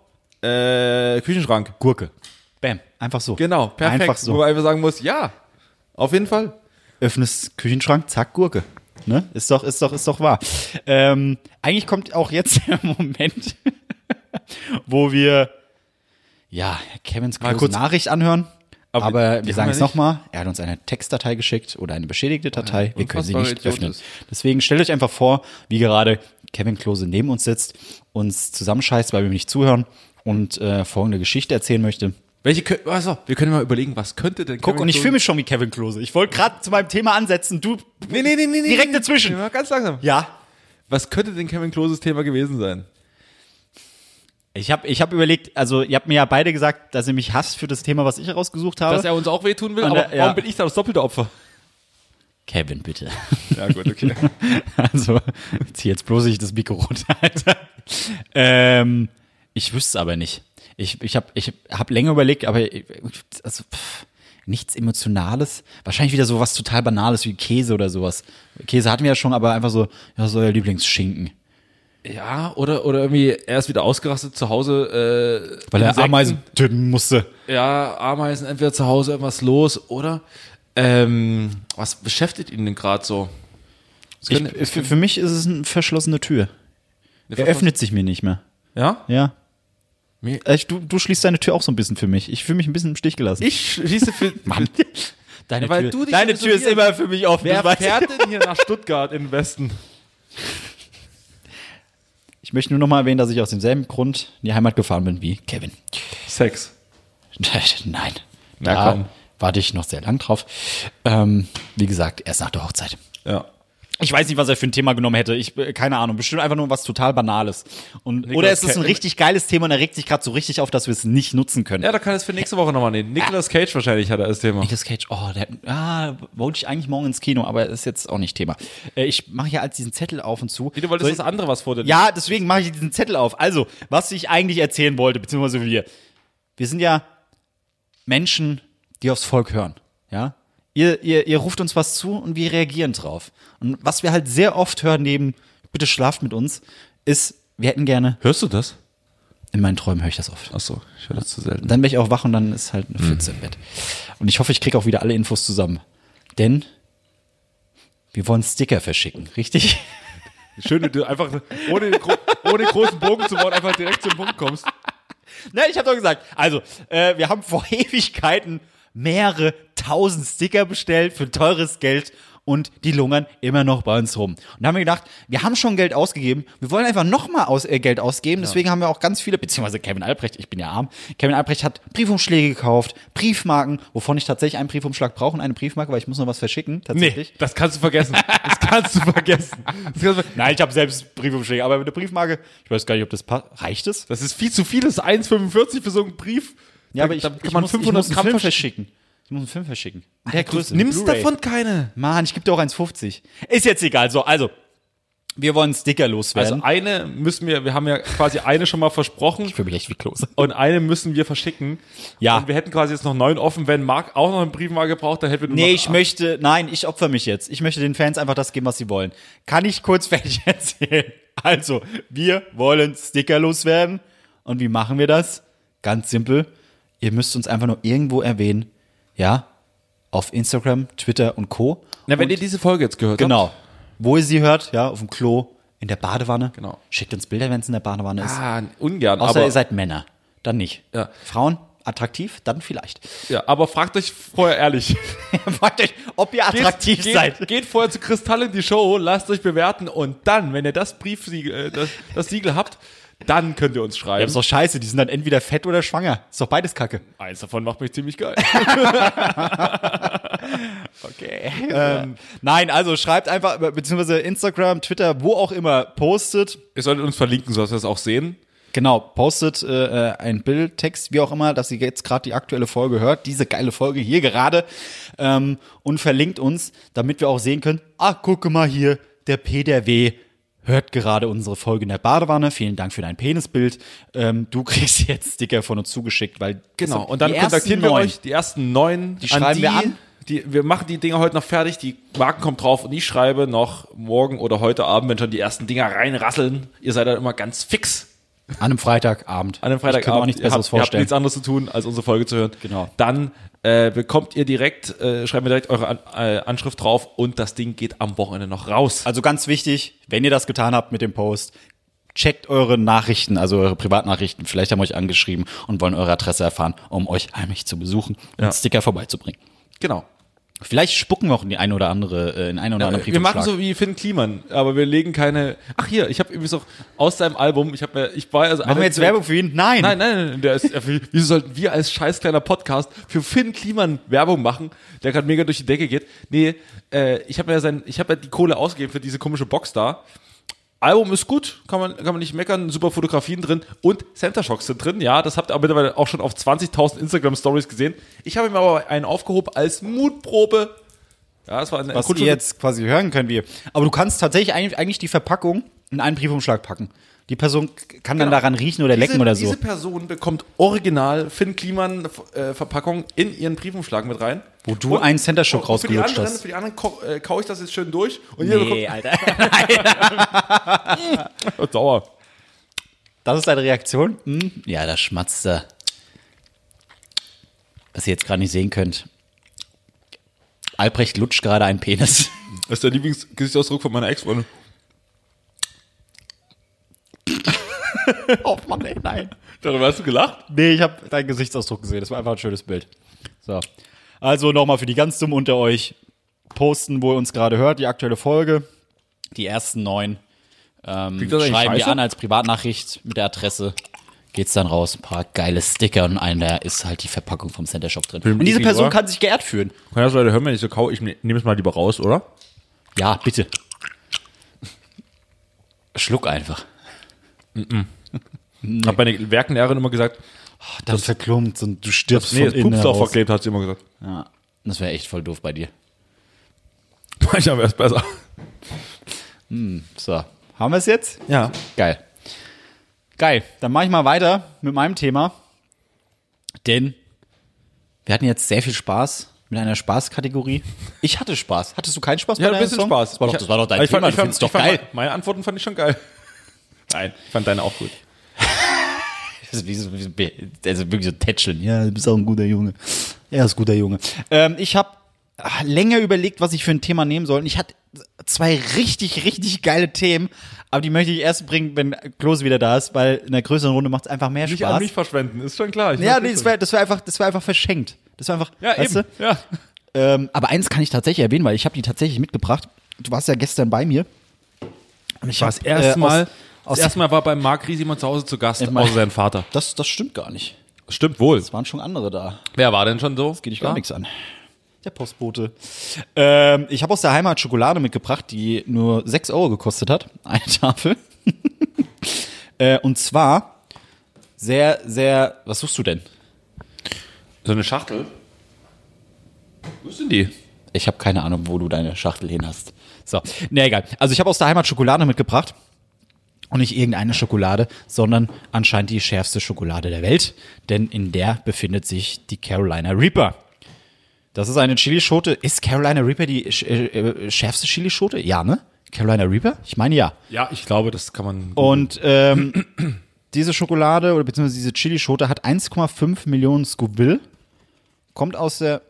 S1: Äh, Küchenschrank.
S2: Gurke. Bam. Einfach so.
S1: Genau, perfekt.
S2: Einfach so.
S1: Wo man einfach sagen muss, ja, auf jeden Fall.
S2: öffnest Küchenschrank, zack, Gurke. Ne? Ist doch, ist doch, ist doch wahr. Ähm, eigentlich kommt auch jetzt der Moment, wo wir ja Kevins
S1: Mal kurz-
S2: kurze Nachricht anhören.
S1: Aber
S2: Aber,
S1: die haben
S2: wir Äh, sagen
S1: wir
S2: es
S1: nicht.
S2: nochmal. Er hat uns eine Textdatei geschickt oder eine beschädigte Datei. Wir können sie
S1: unfassbare
S2: nicht
S1: Idiot
S2: öffnen.
S1: ist.
S2: Deswegen stellt euch einfach vor, wie gerade Kevin Klose neben uns sitzt, uns zusammenscheißt, weil wir ihm nicht zuhören und äh, folgende Geschichte erzählen möchte.
S1: Welche, kö- also, wir können mal überlegen, was könnte denn
S2: Guck,
S1: Kevin
S2: und ich
S1: Klose-
S2: fühle mich schon wie Kevin Klose. Ich wollte gerade zu meinem Thema ansetzen. Du
S1: Nee, nee, nee, nee, nee.
S2: direkt
S1: nee,
S2: dazwischen.
S1: nee, mal Ganz langsam.
S2: Ja,
S1: Was könnte denn Kevin Kloses Thema gewesen sein?
S2: Ich habe ich hab überlegt, also ihr habt mir ja beide gesagt, dass ihr mich hasst für das Thema, was ich rausgesucht habe.
S1: Dass er uns auch wehtun will,
S2: Und
S1: aber
S2: er- ja.
S1: warum bin ich da das doppelte Opfer?
S2: Kevin, bitte.
S1: Ja, gut, okay.
S2: Also, zieh jetzt bloß nicht das Mikro runter, Alter. Ähm, ich wüsste es aber nicht. Ich, ich habe ich hab länger überlegt, aber ich- also, pff, nichts Emotionales. Wahrscheinlich wieder so was total Banales wie Käse oder sowas. Käse hatten wir ja schon, aber einfach so, ja, so euer Lieblingsschinken.
S1: ja, oder, oder irgendwie, er ist wieder ausgerastet zu Hause. Äh,
S2: Weil er
S1: Insekten.
S2: Ameisen töten musste.
S1: Ja, Ameisen, entweder zu Hause irgendwas los oder ähm, was beschäftigt ihn denn gerade so? Das
S2: Ich,
S1: könnte-
S2: für, für mich ist es eine verschlossene Tür. Er öffnet sich mir nicht mehr.
S1: Ja?
S2: Ja.
S1: Mir-
S2: Äh, Ich, du, du schließt deine Tür auch so ein bisschen für mich. Ich fühle mich ein bisschen im Stich gelassen.
S1: Ich schließe für.
S2: Mann. Deine,
S1: Weil
S2: Tür,
S1: du dich
S2: deine
S1: so
S2: Tür ist
S1: hier-
S2: immer für mich offen.
S1: Wer
S2: du weißt.
S1: fährt denn hier nach Stuttgart in den Westen?
S2: Ich möchte nur nochmal erwähnen, dass ich aus demselben Grund in die Heimat gefahren bin wie Kevin.
S1: Sex.
S2: Nein.
S1: Na
S2: da
S1: komm.
S2: warte ich noch sehr lang drauf. Ähm, wie gesagt, erst nach der Hochzeit.
S1: Ja.
S2: Ich weiß nicht, was er für ein Thema genommen hätte. Ich äh, keine Ahnung. Bestimmt einfach nur was total Banales. Und, oder es ist ein
S1: Cage.
S2: richtig geiles Thema und er regt sich gerade so richtig auf, dass wir es nicht nutzen können.
S1: Ja, da kann es für nächste Woche nochmal nehmen. Nicolas Cage wahrscheinlich hat er als Thema.
S2: Nicolas Cage, oh, der, ah, wollte ich eigentlich morgen ins Kino, aber ist jetzt auch nicht Thema. Äh, ich mache hier als diesen Zettel auf und zu.
S1: Wie, Du wolltest
S2: Soll ich-
S1: das andere was vor dir
S2: Ja, deswegen mache ich diesen Zettel auf. Also, was ich eigentlich erzählen wollte, beziehungsweise wir. Wir sind ja Menschen, die aufs Volk hören. Ja? Ihr, ihr, ihr ruft uns was zu und wir reagieren drauf. Und was wir halt sehr oft hören neben, bitte schlaft mit uns, ist, wir hätten gerne,
S1: Hörst du das?
S2: in meinen Träumen höre ich das oft.
S1: Achso, ich höre das zu selten.
S2: Und dann bin ich auch wach und dann ist halt eine Pfütze im Bett. Und ich hoffe, ich kriege auch wieder alle Infos zusammen. Denn wir wollen Sticker verschicken, richtig?
S1: Schön, wenn du einfach ohne, den gro- ohne den großen Bogen zu bauen, einfach direkt zum Punkt kommst.
S2: Nein, Ne, ich habe doch gesagt, also, äh, wir haben vor Ewigkeiten mehrere tausend Sticker bestellt für teures Geld und die lungern immer noch bei uns rum. Und da haben wir gedacht, wir haben schon Geld ausgegeben, wir wollen einfach nochmal aus, äh, Geld ausgeben, deswegen haben wir auch ganz viele, beziehungsweise Kevin Albrecht, ich bin ja arm, Kevin Albrecht hat Briefumschläge gekauft, Briefmarken, wovon ich tatsächlich einen Briefumschlag brauche und eine Briefmarke, weil ich muss noch was verschicken,
S1: Nee,
S2: tatsächlich.
S1: das kannst du vergessen. Das kannst du vergessen. Das, kannst du ver-
S2: Nein, ich habe selbst Briefumschläge, aber mit der Briefmarke, ich weiß gar nicht, ob das passt. Reicht es?
S1: das ist viel zu viel, das ist 1,45 für so einen Brief.
S2: Ja, aber ich,
S1: Da kann
S2: ich
S1: man
S2: muss,
S1: 500
S2: ich muss einen
S1: Gramm
S2: Film
S1: versch-
S2: verschicken. Ich muss einen Film verschicken. Der
S1: Du nimmst davon keine.
S2: Mann, ich gebe dir auch 1,50. Ist jetzt egal. So, also, wir wollen Sticker
S1: Also
S2: loswerden.
S1: eine müssen wir, wir haben ja quasi eine schon mal versprochen
S2: fühle mich echt wie Klose.
S1: und eine müssen wir verschicken.
S2: Ja.
S1: Und wir hätten quasi jetzt noch neun offen, wenn Marc auch noch einen Briefmarke braucht, dann hätten wir nur
S2: Nee,
S1: noch
S2: ich möchte, nein, ich opfer mich jetzt. Ich möchte den Fans einfach das geben, was sie wollen. Kann ich kurz fertig erzählen? Also, wir wollen Sticker loswerden. Und wie machen wir das? Ganz simpel. Ihr müsst uns einfach nur irgendwo erwähnen. Ja? Auf Instagram, Twitter und Co.
S1: Na, wenn
S2: und
S1: ihr diese Folge jetzt gehört habt.
S2: Genau. Wo ihr sie hört, ja, auf dem Klo, in der Badewanne.
S1: Genau.
S2: Schickt uns Bilder, wenn es in der Badewanne ist.
S1: Ah, ungern.
S2: Außer
S1: aber,
S2: ihr seid Männer. Dann nicht.
S1: Ja.
S2: Frauen attraktiv, dann vielleicht.
S1: ja, aber fragt euch vorher ehrlich.
S2: Fragt euch, ob ihr attraktiv
S1: geht,
S2: seid.
S1: Geht, geht vorher zu Kristall in die Show, lasst euch bewerten und dann, wenn ihr das Briefsiegel, äh, das, das Siegel habt, dann könnt ihr uns
S2: Ja,
S1: schreiben.
S2: ist doch scheiße, die sind dann entweder fett oder schwanger. Ist doch beides Kacke.
S1: Eins davon macht mich ziemlich geil.
S2: Okay. Ähm, nein, also schreibt einfach, beziehungsweise Instagram, Twitter, wo auch immer, postet.
S1: ihr solltet uns verlinken, sodass wir es auch sehen.
S2: Genau, postet äh, äh, ein Bild, Text, wie auch immer, dass ihr jetzt gerade die aktuelle Folge hört, diese geile Folge hier gerade ähm, und verlinkt uns, damit wir auch sehen können, ah, gucke mal hier, der P der W hört gerade unsere Folge in der Badewanne. Vielen Dank für dein Penisbild. Ähm, du kriegst jetzt Sticker von uns zugeschickt, weil
S1: Genau,
S2: das-
S1: und dann
S2: Also die ersten
S1: kontaktieren wir
S2: neun.
S1: euch die ersten neun. Die
S2: schreiben wir an.
S1: Die, wir machen die Dinger heute noch fertig, die Marken kommen drauf und ich schreibe noch morgen oder heute Abend, wenn schon die ersten Dinger reinrasseln. Ihr seid dann immer ganz fix.
S2: An einem Freitagabend.
S1: an einem Freitagabend.
S2: Ich kann mir auch nichts
S1: ihr habt,
S2: Besseres
S1: Ihr habt
S2: vorstellen.
S1: nichts anderes zu tun, als unsere Folge zu hören.
S2: Genau.
S1: Dann äh, bekommt ihr direkt, äh, schreibt mir direkt eure an äh, Anschrift drauf und das Ding geht am Wochenende noch raus.
S2: Also ganz wichtig, wenn ihr das getan habt mit dem Post, checkt eure Nachrichten, also eure Privatnachrichten. Vielleicht haben wir euch angeschrieben und wollen eure Adresse erfahren, um euch heimlich zu besuchen und
S1: Ja.
S2: Sticker vorbeizubringen.
S1: genau.
S2: Vielleicht spucken wir auch in die eine oder andere, äh, in einen oder anderen
S1: wir machen
S2: Briefumschlag.
S1: so wie Finn Kliman, aber wir legen keine. Ach hier, ich habe übrigens auch aus seinem Album, ich habe mir, ich war also.
S2: Machen wir jetzt Werbung für ihn? Nein.
S1: Nein, nein, nein, der ist, äh, wieso sollten wir als scheiß kleiner Podcast für Finn Kliman Werbung machen, der gerade mega durch die Decke geht? Nee, äh, ich habe ja sein, ich habe ja die Kohle ausgegeben für diese komische Box da. Album ist gut, kann man, kann man nicht meckern, super Fotografien drin und Center Shocks sind drin, ja, das habt ihr aber mittlerweile auch schon auf 20.000 Instagram Stories gesehen. Ich habe ihm aber einen aufgehoben als Mutprobe. Ja, das war eine
S2: was ihr jetzt quasi hören könnt, wir. Aber du kannst tatsächlich eigentlich, eigentlich die Verpackung in einen Briefumschlag packen. Die Person k- kann dann
S1: Genau.
S2: daran riechen oder lecken
S1: diese,
S2: oder so.
S1: Diese Person bekommt original Finn Kliman äh, Verpackung in ihren Briefumschlag mit rein.
S2: Wo du einen Center Shock
S1: und für die
S2: rausgelutscht
S1: anderen,
S2: hast.
S1: Für die anderen ko äh, kau ich das jetzt schön durch und jeder
S2: Alter.
S1: bekommt sauer.
S2: Das ist deine Reaktion? Hm? Ja, das schmatzt da. Was ihr jetzt gerade nicht sehen könnt. Albrecht lutscht gerade einen Penis.
S1: Das ist der Lieblingsgesichtsausdruck von meiner Ex-Freundin.
S2: Oh Mann, ey, nein.
S1: Darüber hast du gelacht?
S2: Nee, ich habe deinen Gesichtsausdruck gesehen. Das war einfach ein schönes Bild. So. Also nochmal für die ganz Dummen unter euch. Posten, wo ihr uns gerade hört, die aktuelle Folge. Die ersten neun. Ähm,
S1: Klingt das eigentlich
S2: schreiben wir
S1: scheiße?
S2: an als Privatnachricht mit der Adresse. Geht's dann raus. Ein paar geile Sticker und einer ist halt die Verpackung vom Center Shop drin. Und diese
S1: Meeting,
S2: Person
S1: oder?
S2: kann sich geehrt fühlen.
S1: Kann das Leute hören, wenn ich so kau, ich nehme es mal lieber raus, oder?
S2: Ja, bitte. Schluck einfach.
S1: Ich habe meine Werkenlehrerin immer gesagt,
S2: das verklumpt und du stirbst
S1: nee, das Pupst auch verklebt, hat sie immer gesagt.
S2: Ja, das wäre echt voll doof bei dir.
S1: Manchmal wäre es besser.
S2: So, haben wir es jetzt?
S1: Ja.
S2: Geil. Geil. Dann mache ich mal weiter mit meinem Thema. Denn wir hatten jetzt sehr viel Spaß mit einer Spaßkategorie. Ich hatte Spaß. Hattest du keinen Spaß
S1: Ja,
S2: bei
S1: ein
S2: deinem
S1: bisschen
S2: Song?
S1: Spaß.
S2: Das war doch,
S1: Ich-
S2: das war doch dein
S1: ich fand-
S2: Thema.
S1: ich
S2: du
S1: fand-
S2: findest doch
S1: ich fand-
S2: geil.
S1: Meine Antworten fand ich schon geil. Nein, ich fand deine auch gut.
S2: Das ist wie so, wie so, also wirklich so tätscheln. Ja, du bist auch ein guter Junge. Er ist ein guter Junge. Ähm, ich habe länger überlegt, was ich für ein Thema nehmen soll. Und ich hatte zwei richtig, richtig geile Themen, aber die möchte ich erst bringen, wenn Klose wieder da ist, weil in der größeren Runde macht es einfach mehr
S1: Nicht an
S2: Spaß.
S1: mich verschwenden, ist schon klar. Ich
S2: Ja,
S1: weiß
S2: nee,
S1: nicht.
S2: das wäre das wär einfach, das wär einfach verschenkt. Das war einfach,
S1: ja
S2: weißt
S1: eben.
S2: du?
S1: Ja.
S2: Ähm, aber eins kann ich tatsächlich erwähnen, weil ich habe die tatsächlich mitgebracht. Du warst ja gestern bei mir. Und ich äh,
S1: War das erste Mal.
S2: Aus,
S1: Äh, das erste Mal war bei Marc Riesemann zu Hause zu Gast,
S2: Ich mein-
S1: außer sein Vater.
S2: das, das stimmt gar nicht.
S1: Stimmt wohl.
S2: Es waren schon andere da.
S1: Wer war denn schon so? Das
S2: Geht dich gar nichts an. Der Postbote. Ähm, ich habe aus der Heimat Schokolade mitgebracht, die nur 6 Euro gekostet hat. Eine Tafel. äh, und zwar sehr, sehr. Was suchst du denn?
S1: So eine Schachtel. Wo sind die?
S2: Ich habe keine Ahnung, wo du deine Schachtel hin hast. So, na egal. Also ich habe aus der Heimat Schokolade mitgebracht. Und nicht irgendeine Schokolade, sondern anscheinend die schärfste Schokolade der Welt. Denn in der befindet sich die Carolina Reaper. Das ist eine Chilischote. Ist Carolina Reaper die sch äh, äh, schärfste Chilischote? Ja, ne? Carolina Reaper? Ich meine ja.
S1: Ja, ich glaube, das kann man.
S2: Und ähm, diese Schokolade oder beziehungsweise diese Chilischote hat 1,5 Millionen Scoville. Kommt aus der,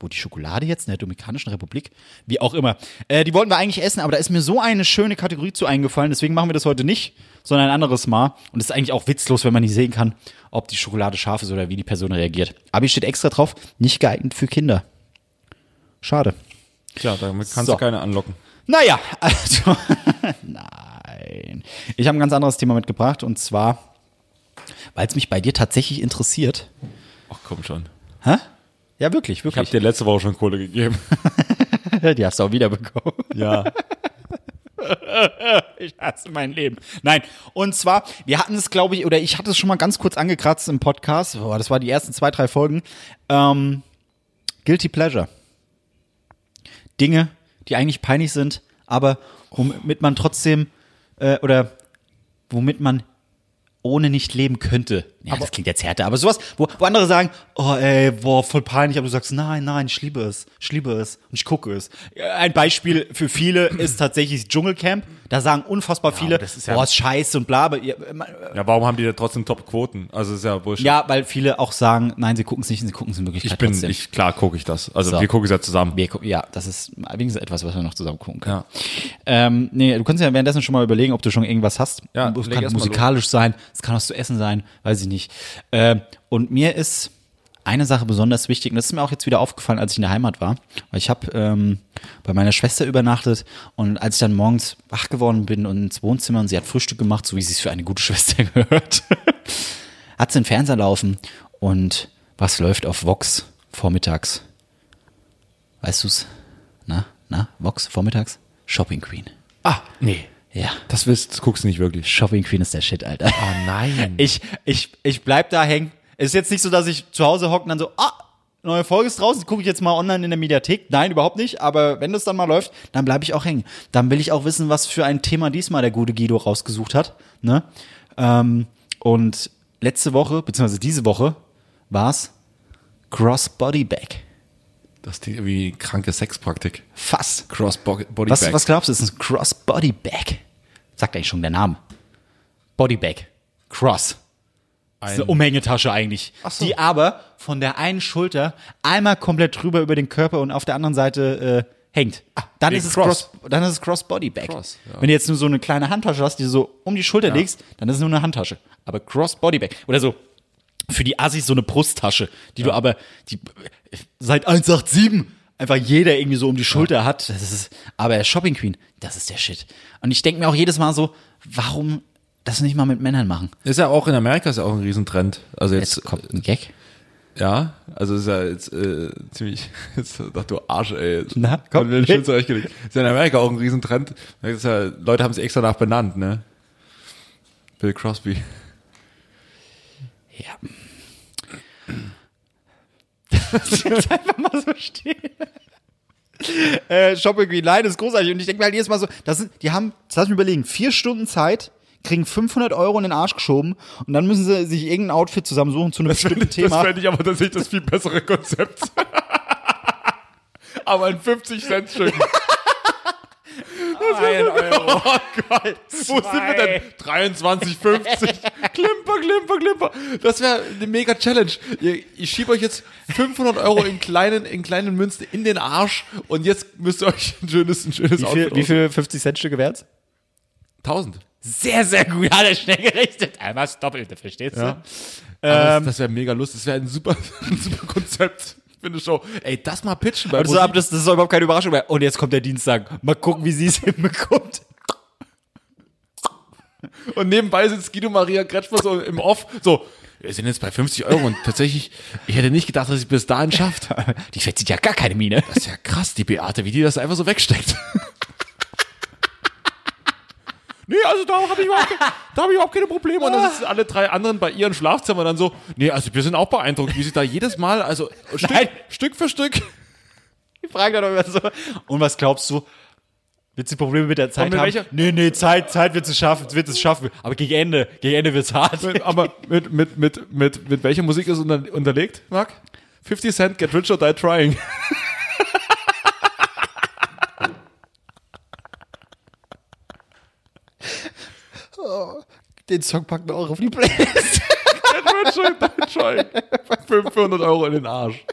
S2: wo die Schokolade jetzt, in der Dominikanischen Republik, wie auch immer. Äh, die wollten wir eigentlich essen, aber da ist mir so eine schöne Kategorie zu eingefallen. Deswegen machen wir das heute nicht, sondern ein anderes Mal. Und es ist eigentlich auch witzlos, wenn man nicht sehen kann, ob die Schokolade scharf ist oder wie die Person reagiert. Aber hier steht extra drauf, nicht geeignet für Kinder. Schade.
S1: Tja, damit kannst
S2: So.
S1: du keine anlocken.
S2: Naja, also. Nein. Ich habe ein ganz anderes Thema mitgebracht und zwar, weil es mich bei dir tatsächlich interessiert.
S1: Ach komm schon.
S2: Hä? Ja, wirklich,
S1: Ich habe
S2: wirklich.
S1: dir letzte Woche schon Kohle gegeben.
S2: die hast du auch wiederbekommen.
S1: Ja.
S2: Ich hasse mein Leben. Nein, und zwar, wir hatten es, glaube ich, oder ich hatte es schon mal ganz kurz angekratzt im Podcast. Boah, das war die ersten zwei, drei Folgen. Ähm, Guilty Pleasure. Dinge, die eigentlich peinlich sind, aber womit man trotzdem äh, oder womit man ohne nicht leben könnte. Ja, das klingt jetzt härter, aber sowas, wo, wo andere sagen, oh ey, boah, voll peinlich, aber du sagst, nein, nein, ich liebe es, ich liebe es und ich gucke es. Ja, Ein Beispiel für viele ist tatsächlich Dschungelcamp. Da sagen unfassbar viele,
S1: aber das ist ja-
S2: boah, ist scheiße und bla. Aber, ja,
S1: Ja, warum haben die da trotzdem Top-Quoten? Also ist ja Bullshit.
S2: ja, weil viele auch sagen, nein, sie gucken es nicht, und sie gucken es in Wirklichkeit
S1: ich bin,
S2: trotzdem.
S1: ich, klar gucke ich das. Also
S2: So.
S1: wir gucken es ja zusammen.
S2: Wir gucken, ja, das ist wenigstens etwas, was wir noch zusammen gucken können.
S1: Ja.
S2: Ähm, nee, du kannst ja währenddessen schon mal überlegen, ob du schon irgendwas hast.
S1: Ja,
S2: es
S1: leg
S2: kann
S1: erst mal
S2: musikalisch sein, es kann was zu essen sein, weiß ich nicht. Ähm, und mir ist eine Sache besonders wichtig, und das ist mir auch jetzt wieder aufgefallen, als ich in der Heimat war, weil ich habe ähm, bei meiner Schwester übernachtet und als ich dann morgens wach geworden bin und ins Wohnzimmer und sie hat Frühstück gemacht, so wie sie es für eine gute Schwester gehört, hat sie den Fernseher laufen und was läuft auf Vox vormittags? Weißt du's? Na, na, Vox vormittags? Shopping Queen.
S1: Ah, nee.
S2: Ja.
S1: Das willst, das guckst du nicht wirklich.
S2: Shopping Queen ist der Shit, Alter.
S1: Ah, nein.
S2: Ich, ich, ich bleib da hängen. Es ist jetzt nicht so, dass ich zu Hause hocke und dann so, ah, neue Folge ist draußen, gucke ich jetzt mal online in der Mediathek. Nein, überhaupt nicht. Aber wenn das dann mal läuft, dann bleibe ich auch hängen. Dann will ich auch wissen, was für ein Thema diesmal der gute Guido rausgesucht hat. Ne? Ähm, und letzte Woche, beziehungsweise diese Woche, war's Crossbody Bag.
S1: Das klingt wie kranke Sexpraktik.
S2: Fast.
S1: Cross-Body-Bag.
S2: Was, was glaubst du, ist ein Cross-Body-Bag? Sagt eigentlich schon der Name. Body-Bag. Cross. Das ist eine
S1: um-
S2: Umhängetasche eigentlich.
S1: so.
S2: Die aber von der einen Schulter einmal komplett drüber über den Körper und auf der anderen Seite äh, hängt. Dann
S1: Ah, nee,
S2: ist, es
S1: Cross.
S2: Cross. dann ist es Cross-Body-Bag.
S1: Cross, ja.
S2: Wenn du jetzt nur so eine kleine Handtasche hast, die du so um die Schulter legst, dann ist es nur eine Handtasche. Aber Cross-Body-Bag. Oder so für die Assis so eine Brusttasche, die du aber die äh, seit 187 einfach jeder irgendwie so um die Schulter hat. Das ist, aber Shopping Queen, das ist der Shit. Und ich denke mir auch jedes Mal so, warum das nicht mal mit Männern machen?
S1: Ist ja auch in Amerika ist ja auch ein Riesentrend. Also jetzt,
S2: Jetzt kommt ein Gag.
S1: ja, also ist ja jetzt äh, ziemlich, jetzt dachte du Arsch, ey.
S2: Na, komm.
S1: Und wir haben schön zurechtgelegt. Ist ja in Amerika auch ein Riesentrend. Da ist ja, Leute haben sich extra nach benannt, ne? Bill Crosby.
S2: Ja. Das jetzt einfach mal so stehen. Äh, Shopping Queen, nein, das ist großartig. Und ich denke mir halt jedes Mal so, das sind, die haben, das lass mich überlegen, vier Stunden Zeit, kriegen 500 Euro in den Arsch geschoben und dann müssen sie sich irgendein Outfit zusammensuchen zu einem bestimmten Thema.
S1: fände ich aber tatsächlich das viel bessere Konzept. aber ein 50 cent stück
S2: Ein Euro.
S1: Oh Wo sind wir denn? 23,50. klimper, klimper, klimper. Das wäre eine mega Challenge. Ihr, ich schiebe euch jetzt 500 Euro in kleinen, in kleinen Münzen in den Arsch und jetzt müsst ihr euch ein schönes, ein schönes
S2: Wie viel,
S1: Outfit
S2: wie viel 50 Cent Stücke wär's?
S1: 1000.
S2: Sehr, sehr gut, hat er schnell gerechnet. Einmal das Doppelte, verstehst du?
S1: Also
S2: Ähm.
S1: das das wäre mega lustig. Das wäre ein super, ein super Konzept für eine Show. Ey, das mal pitchen bei
S2: Und so ab, das, das ist überhaupt keine Überraschung mehr. Und jetzt kommt der Dienstag. Mal gucken, wie sie es hinbekommt.
S1: Und nebenbei sitzt Guido Maria Kretschmer so im Off, so, wir sind jetzt bei 50 Euro und tatsächlich, ich hätte nicht gedacht, dass ich bis dahin schafft.
S2: Die verzieht ja gar keine Miene.
S1: Das ist ja krass, die Beate, wie die das einfach so wegsteckt. Nee, also da habe ich, überhaupt- da hab ich überhaupt keine Probleme. Und dann sitzen alle drei anderen bei ihren Schlafzimmern dann so, nee, also wir sind auch beeindruckt, wie sie da jedes Mal, also Stück,
S2: Nein.
S1: Stück für Stück.
S2: Die fragen dann auch immer so. Und was glaubst du? Wird sie Probleme mit der Zeit
S1: mit
S2: haben?
S1: welcher-
S2: Nee, nee, Zeit, Zeit wird es schaffen, wird es schaffen. Aber gegen Ende, gegen Ende wird's hart.
S1: Aber mit, mit, mit, mit, mit welcher Musik ist unter, unterlegt, Marc? 50 Cent, Get Rich or Die Trying.
S2: Den Song packen wir auch auf die Playlist.
S1: Get Rich or Die Trying. 500 Euro in den Arsch.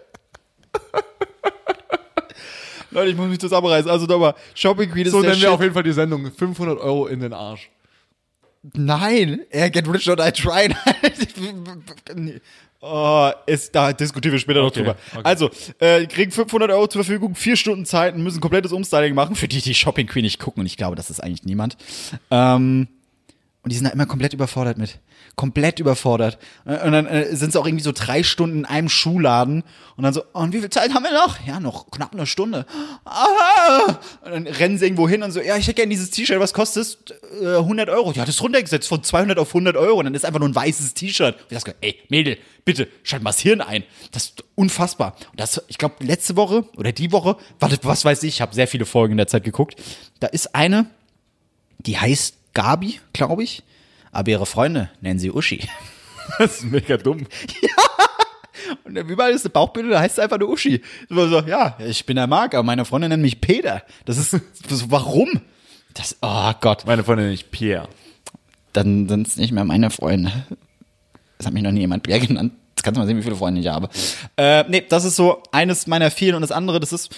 S2: Leute, ich muss mich zusammenreißen. Also nochmal, Shopping Queen ist
S1: So
S2: der
S1: nennen wir auf
S2: Shit.
S1: jeden Fall die Sendung. 500 Euro in den Arsch.
S2: Nein, er get rich or I try. Nee. Oh, ist, da diskutieren wir später
S1: Okay,
S2: noch drüber.
S1: okay.
S2: Also, äh, kriegen 500 Euro zur Verfügung, vier Stunden Zeit und müssen komplettes Umstyling machen. Für die, die Shopping Queen nicht gucken, und ich glaube, das ist eigentlich niemand. Ähm, und die sind da immer komplett überfordert mit. Komplett überfordert. Äh, Und dann äh, sind sie auch irgendwie so drei Stunden in einem Schuhladen. Und dann so, oh, und wie viel Zeit haben wir noch? Ja, noch knapp eine Stunde. Ah! Und dann rennen sie irgendwo hin und so, ja, ich hätte gerne dieses T-Shirt, was kostet äh, 100 Euro. Ja, das ist runtergesetzt von 200 auf 100 Euro. Und dann ist einfach nur ein weißes T-Shirt. Und ich dachte, ey, Mädel, bitte, schalt mal das Hirn ein. Das ist unfassbar. Und das, ich glaube, letzte Woche oder die Woche, warte, was weiß ich, ich habe sehr viele Folgen in der Zeit geguckt. Da ist eine, die heißt Gabi, glaube ich. Aber ihre Freunde nennen sie Uschi.
S1: Das ist mega dumm.
S2: Und überall ist eine Bauchbinde, da heißt es einfach nur Uschi. So, so, ja, ich bin der Marc, aber meine Freundin nennt mich Peter. Das ist, das, warum? Das, oh Gott.
S1: Meine Freundin nicht Pierre.
S2: Dann sind es nicht mehr meine Freunde. Das hat mich noch nie jemand Bär genannt. Jetzt kannst du mal sehen, wie viele Freunde ich habe. Äh, nee, das ist so eines meiner vielen und das andere, das ist,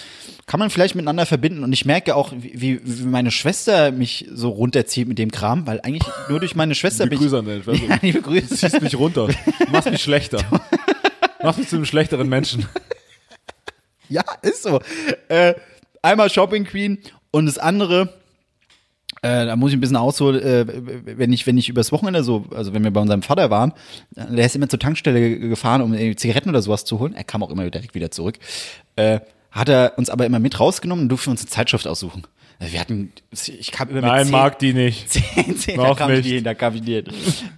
S2: kann man vielleicht miteinander verbinden. Und ich merke auch, wie, wie- wie meine Schwester mich so runterzieht mit dem Kram, weil eigentlich nur durch meine Schwester
S1: Liebe
S2: bin
S1: Grüße an deine
S2: ich.
S1: Schwester.
S2: Ja, liebe
S1: Du
S2: Grüße.
S1: ziehst mich runter. Du machst mich schlechter. Du machst mich zu einem schlechteren Menschen.
S2: Ja, ist so. Äh, einmal Shopping Queen und das andere, äh, da muss ich ein bisschen ausholen, äh, wenn ich, wenn ich übers Wochenende so, also wenn wir bei unserem Vater waren, äh, der ist immer zur Tankstelle ge- gefahren, um irgendwie Zigaretten oder sowas zu holen. Er kam auch immer direkt wieder zurück. Äh, hat er uns aber immer mit rausgenommen und durfte uns eine Zeitschrift aussuchen. Äh, Wir hatten, ich kam immer mit
S1: Nein,
S2: zehn-
S1: mag die nicht.
S2: Zehn, zehn, da
S1: Noch
S2: kam ich
S1: nicht.
S2: nie hin, da kam ich nie hin.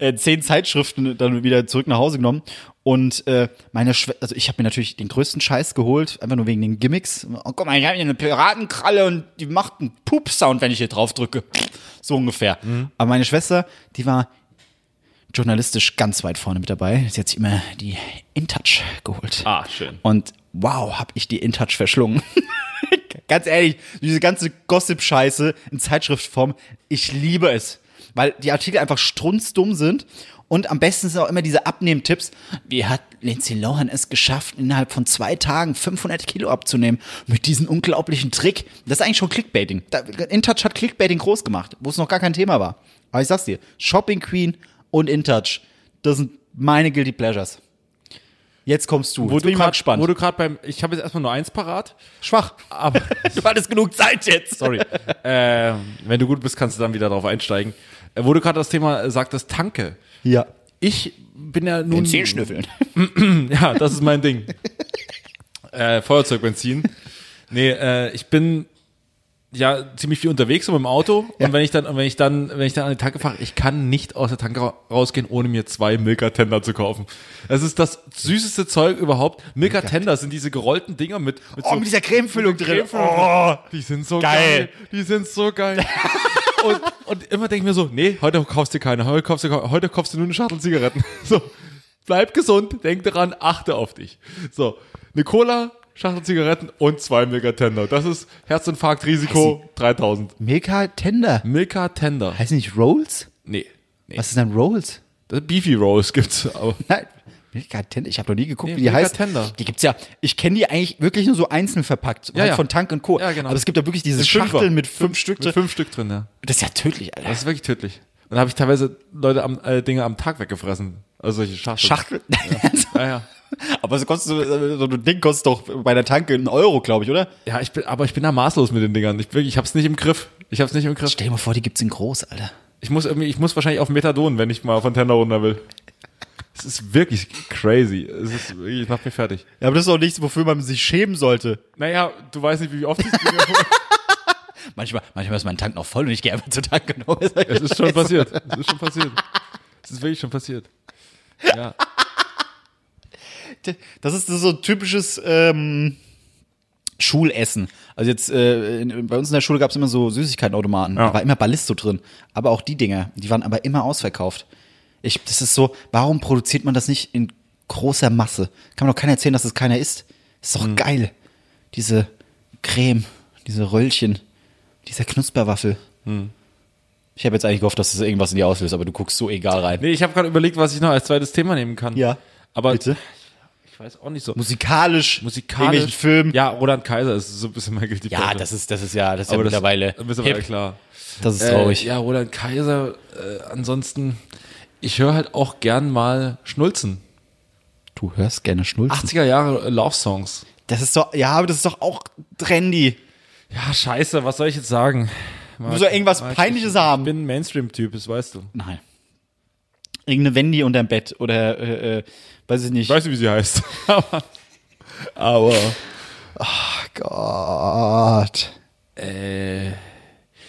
S2: Äh, zehn Zeitschriften dann wieder zurück nach Hause genommen. Und äh, meine Schwester, also ich habe mir natürlich den größten Scheiß geholt, einfach nur wegen den Gimmicks. Oh, guck mal, ich habe hier eine Piratenkralle und die macht einen Pup-Sound, wenn ich hier drauf drücke. So ungefähr.
S1: Mhm.
S2: Aber meine Schwester, die war journalistisch ganz weit vorne mit dabei. Sie hat sich immer die InTouch geholt.
S1: Ah, schön.
S2: Und wow, hab ich die InTouch verschlungen. ganz ehrlich, diese ganze Gossip-Scheiße in Zeitschriftform, ich liebe es. Weil die Artikel einfach strunzdumm sind. Und am besten sind auch immer diese Abnehmtipps. Wie hat Lindsay Lohan es geschafft, innerhalb von zwei Tagen 500 Kilo abzunehmen? Mit diesem unglaublichen Trick. Das ist eigentlich schon Clickbaiting. Da- InTouch hat Clickbaiting groß gemacht, wo es noch gar kein Thema war. Aber ich sag's dir, Shopping Queen und InTouch, das sind meine Guilty Pleasures. Jetzt kommst du.
S1: Wo du
S2: Jetzt bin ich mal
S1: grad-
S2: gespannt.
S1: Wo du gerade beim, ich habe jetzt erstmal nur eins parat,
S2: Schwach.
S1: aber
S2: Du hattest genug Zeit jetzt.
S1: sorry. äh, wenn du gut bist, kannst du dann wieder drauf einsteigen. Äh, wo du gerade das Thema äh, sagtest, Tanke.
S2: Ja.
S1: Ich bin ja nun.
S2: schnüffeln.
S1: Ja, das ist mein Ding. äh, Feuerzeugbenzin. Nee, äh, ich bin ja ziemlich viel unterwegs so mit dem Auto und wenn ich dann und wenn ich dann wenn ich dann an die Tanke fahre, ich kann nicht aus der Tanke ra- rausgehen, ohne mir zwei Milka Tender zu kaufen. Das ist das süßeste Zeug überhaupt. Milka Tender sind diese gerollten Dinger mit mit
S2: Oh,
S1: so
S2: mit dieser Cremefüllung drin.
S1: Oh, die sind so
S2: Geil.
S1: geil. Die sind so geil. und, und immer denke ich mir so, nee, heute kaufst du keine, heute kaufst du, keine- heute kaufst du nur eine Schachtel Zigaretten. So, bleib gesund, denk daran, achte auf dich. So, eine Cola, Schachtel Zigaretten und zwei Milka Tender. Das ist Herzinfarktrisiko 3000.
S2: Milka Tender.
S1: Milka Tender.
S2: Heißt nicht Rolls?
S1: Nee, nee.
S2: Was ist denn Rolls?
S1: Das Beefy Rolls gibt's, aber
S2: Nein. Milka Tender. Ich habe noch nie geguckt,
S1: Nee,
S2: wie die
S1: Milka
S2: heißt.
S1: Tender.
S2: Die gibt's ja. Ich kenne die eigentlich wirklich nur so einzeln verpackt. halt
S1: ja.
S2: Von Tank und Co.
S1: Ja, genau.
S2: Aber es gibt ja wirklich diese
S1: Im Fünfer.
S2: Schachteln mit fünf Stück
S1: mit
S2: drin.
S1: fünf Stück drin, ja.
S2: Das ist ja tödlich, Alter.
S1: Das ist wirklich tödlich. Und da habe ich teilweise Leute am, äh, Dinge am Tag weggefressen. Also solche Schachteln.
S2: Schachtel.
S1: Ja, ja.
S2: Also- Aber so, kostet, so so ein Ding kostet doch bei der Tanke einen Euro, glaube ich, oder?
S1: Ja, ich bin, aber ich bin da maßlos mit den Dingern. Ich, wirklich, ich hab's nicht im Griff. Ich hab's nicht im Griff.
S2: Stell dir mal vor, die gibt's in groß, Alter.
S1: Ich muss irgendwie, ich muss wahrscheinlich auf Methadon, wenn ich mal von Tender runter will. Es ist wirklich crazy. Es ist, wirklich- ich mach mich fertig.
S2: Ja, aber das ist doch nichts, wofür man sich schämen sollte.
S1: Naja, du weißt nicht, wie oft ich
S2: Manchmal, manchmal ist mein Tank noch voll und ich gehe einfach zur Tank genau.
S1: Es ist schon passiert. Es ist schon passiert. Es ist wirklich schon passiert. Ja.
S2: Das ist so ein typisches ähm, Schulessen. Also jetzt, äh, in, bei uns in der Schule gab es immer so Süßigkeitenautomaten.
S1: Ja.
S2: Da war immer Ballisto drin. Aber auch die Dinger, die waren aber immer ausverkauft. Ich, das ist so, warum produziert man das nicht in großer Masse? Kann man doch keiner erzählen, dass es keiner isst. Ist
S1: Mhm.
S2: doch geil. Diese Creme, diese Röllchen, dieser Knusperwaffel.
S1: Mhm.
S2: Ich habe jetzt eigentlich gehofft, dass es irgendwas in dir auslöst, aber du guckst so egal rein.
S1: Nee, ich habe gerade überlegt, was ich noch als zweites Thema nehmen kann.
S2: Ja.
S1: Aber
S2: Bitte?
S1: ich weiß auch nicht so.
S2: Musikalisch,
S1: Musikalisch.
S2: irgendwelchen Film.
S1: Ja, Roland Kaiser ist so ein bisschen mein Guilty
S2: Ja,
S1: Pleasure.
S2: das ist, das ist ja, das ist
S1: aber
S2: ja
S1: das,
S2: mittlerweile.
S1: Das ist
S2: hip.
S1: mittlerweile klar.
S2: Das ist
S1: Äh,
S2: traurig.
S1: ja, Roland Kaiser. Äh, ansonsten, ich höre halt auch gern mal Schnulzen.
S2: Du hörst gerne Schnulzen.
S1: 80er Jahre äh, Love-Songs.
S2: das ist doch, ja, aber das ist doch auch trendy.
S1: Ja, scheiße, was soll ich jetzt sagen? Marc,
S2: Muss doch irgendwas
S1: Marc,
S2: Peinliches
S1: ich,
S2: haben.
S1: Ich bin ein Mainstream-Typ, das weißt du.
S2: Nein. Irgendeine Wendy unterm Bett oder, äh, äh, weiß ich nicht.
S1: Weißt du, wie sie heißt. aber, aber.
S2: Gott.
S1: Äh,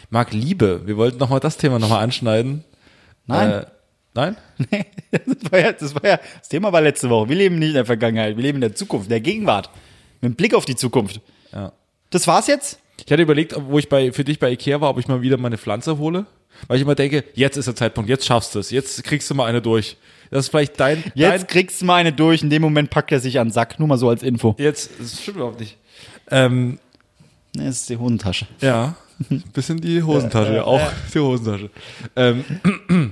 S1: Marc Liebe, wir wollten nochmal das Thema nochmal anschneiden.
S2: Nein.
S1: Äh, nein?
S2: das, war ja, das war ja, das Thema war letzte Woche. Wir leben nicht in der Vergangenheit, wir leben in der Zukunft, in der Gegenwart. Mit Blick auf die Zukunft.
S1: Ja.
S2: Das war's jetzt?
S1: Ich hatte überlegt, ob- wo ich bei, für dich bei Ikea war, ob ich mal wieder meine Pflanze hole. Weil ich immer denke, jetzt ist der Zeitpunkt, jetzt schaffst du es, jetzt kriegst du mal eine durch. Das ist vielleicht dein.
S2: Jetzt kriegst du mal eine durch, in dem Moment packt er sich an den Sack, nur mal so als Info.
S1: dein jetzt das stimmt überhaupt nicht. Ähm,
S2: Das ist die Hosentasche.
S1: ja, bisschen die Hosentasche, ja, auch die Hosentasche. Ähm,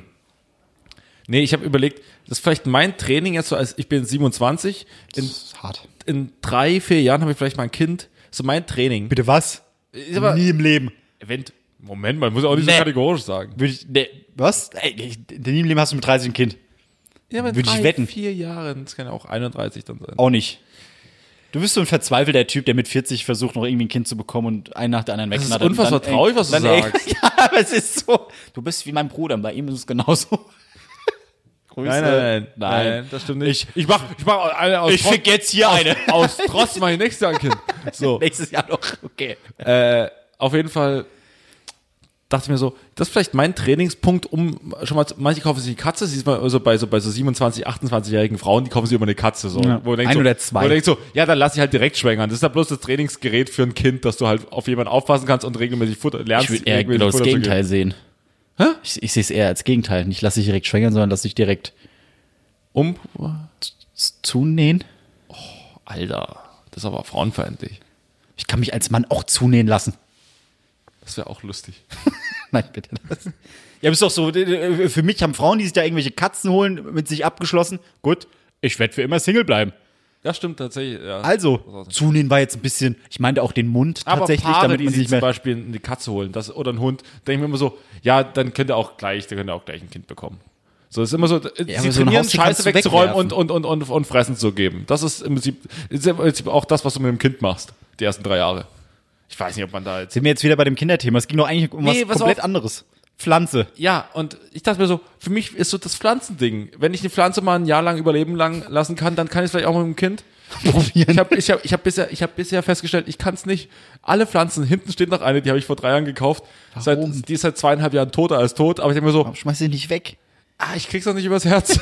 S1: nee, ich habe überlegt, das ist vielleicht mein Training jetzt so als, ich bin 27, in,
S2: Das ist hart.
S1: in drei, vier Jahren habe ich vielleicht mal ein Kind. So mein Training.
S2: Bitte was?
S1: Ist aber-
S2: Nie im Leben.
S1: Event. Moment mal, muss ich auch nicht so
S2: Nee.
S1: kategorisch sagen.
S2: Würde ich, ne, was? Ey, ich, nie im Leben hast du mit 30 ein Kind.
S1: Ja, mit
S2: Würde ich
S1: drei,
S2: wetten.
S1: vier Jahren, das kann ja auch 31 dann sein.
S2: Auch nicht. Du bist so ein verzweifelter Typ, der mit 40 versucht, noch irgendwie ein Kind zu bekommen und einen nach der anderen
S1: ist
S2: wegknattert.
S1: unfassbar
S2: Und dann,
S1: traurig, was du
S2: dann, ey,
S1: sagst.
S2: ja, aber es ist so. Du bist wie mein Bruder, bei ihm ist es genauso. Grüße.
S1: nein, das stimmt nicht. Ich, ich mach, ich mach eine aus
S2: Ich fick jetzt hier eine.
S1: aus Trotz mein nächstes Jahr ein Kind. So,
S2: Nächstes Jahr noch. Okay.
S1: äh, auf jeden Fall dachte ich mir so, das ist vielleicht mein Trainingspunkt, um schon mal, manche kaufen sich eine Katze, siehst mal so bei so, bei so 27, 28-jährigen Frauen, die kaufen sich immer eine Katze, so.
S2: Ja.
S1: Wo du denkst
S2: Ein
S1: so,
S2: oder zwei.
S1: Wo du denkst so, ja, dann lass ich halt direkt schwängern. Das ist ja bloß das Trainingsgerät für ein Kind, dass du halt auf jemanden aufpassen kannst und regelmäßig Futter, lernst.
S2: Ich würde eher
S1: regelmäßig
S2: genau das
S1: Futter zu geben.
S2: Gegenteil sehen.
S1: Hä?
S2: Ich, ich sehe es eher als Gegenteil. Nicht lass dich direkt schwängern, sondern lass dich direkt
S1: Um,
S2: z- zunähen.
S1: Alter, das ist aber frauenfeindlich.
S2: Ich kann mich als Mann auch zunähen lassen.
S1: Das wäre auch lustig.
S2: Nein, bitte. Ja, bist doch so. äh, Für mich haben Frauen, die sich da irgendwelche Katzen holen, mit sich abgeschlossen. Gut, ich werde für immer Single bleiben.
S1: Ja, stimmt, tatsächlich. Ja.
S2: Also, zunähen war jetzt ein bisschen. Ich meinte auch den Mund
S1: aber
S2: tatsächlich,
S1: Paare,
S2: damit
S1: die
S2: man
S1: sich
S2: sich
S1: zum
S2: mehr.
S1: Beispiel eine Katze holen das, oder einen Hund, denke ich mir immer so, ja, dann könnt ihr auch gleich, dann könnt ihr auch gleich ein Kind bekommen. So, es ist immer so,
S2: aber so
S1: sie
S2: ein
S1: trainieren, Scheiße
S2: Haustier kannst du
S1: wegzuräumen und,
S2: wegwerfen.
S1: und, und, und, und fressen zu geben. Das ist im Prinzip, ist im Prinzip auch das, was du mit dem Kind machst, die ersten drei Jahre. Ich weiß nicht, ob man da jetzt
S2: Sind wir jetzt wieder bei dem Kinderthema? Es ging doch eigentlich um
S1: Nee,
S2: was
S1: pass
S2: komplett
S1: auf.
S2: anderes. Pflanze.
S1: Ja, und ich dachte mir so, für mich ist so das Pflanzending. Wenn ich eine Pflanze mal ein Jahr lang überleben lang lassen kann, dann kann ich es vielleicht auch mit dem Kind
S2: Probieren.
S1: Ich habe ich hab, ich hab bisher, ich hab bisher festgestellt, ich kann es nicht. Alle Pflanzen, hinten steht noch eine, die habe ich vor drei Jahren gekauft. Seit,
S2: Warum?
S1: die ist seit zweieinhalb Jahren tot als tot, aber ich denke mir so,
S2: Schmeiß sie nicht weg.
S1: ah, ich krieg's doch nicht übers Herz.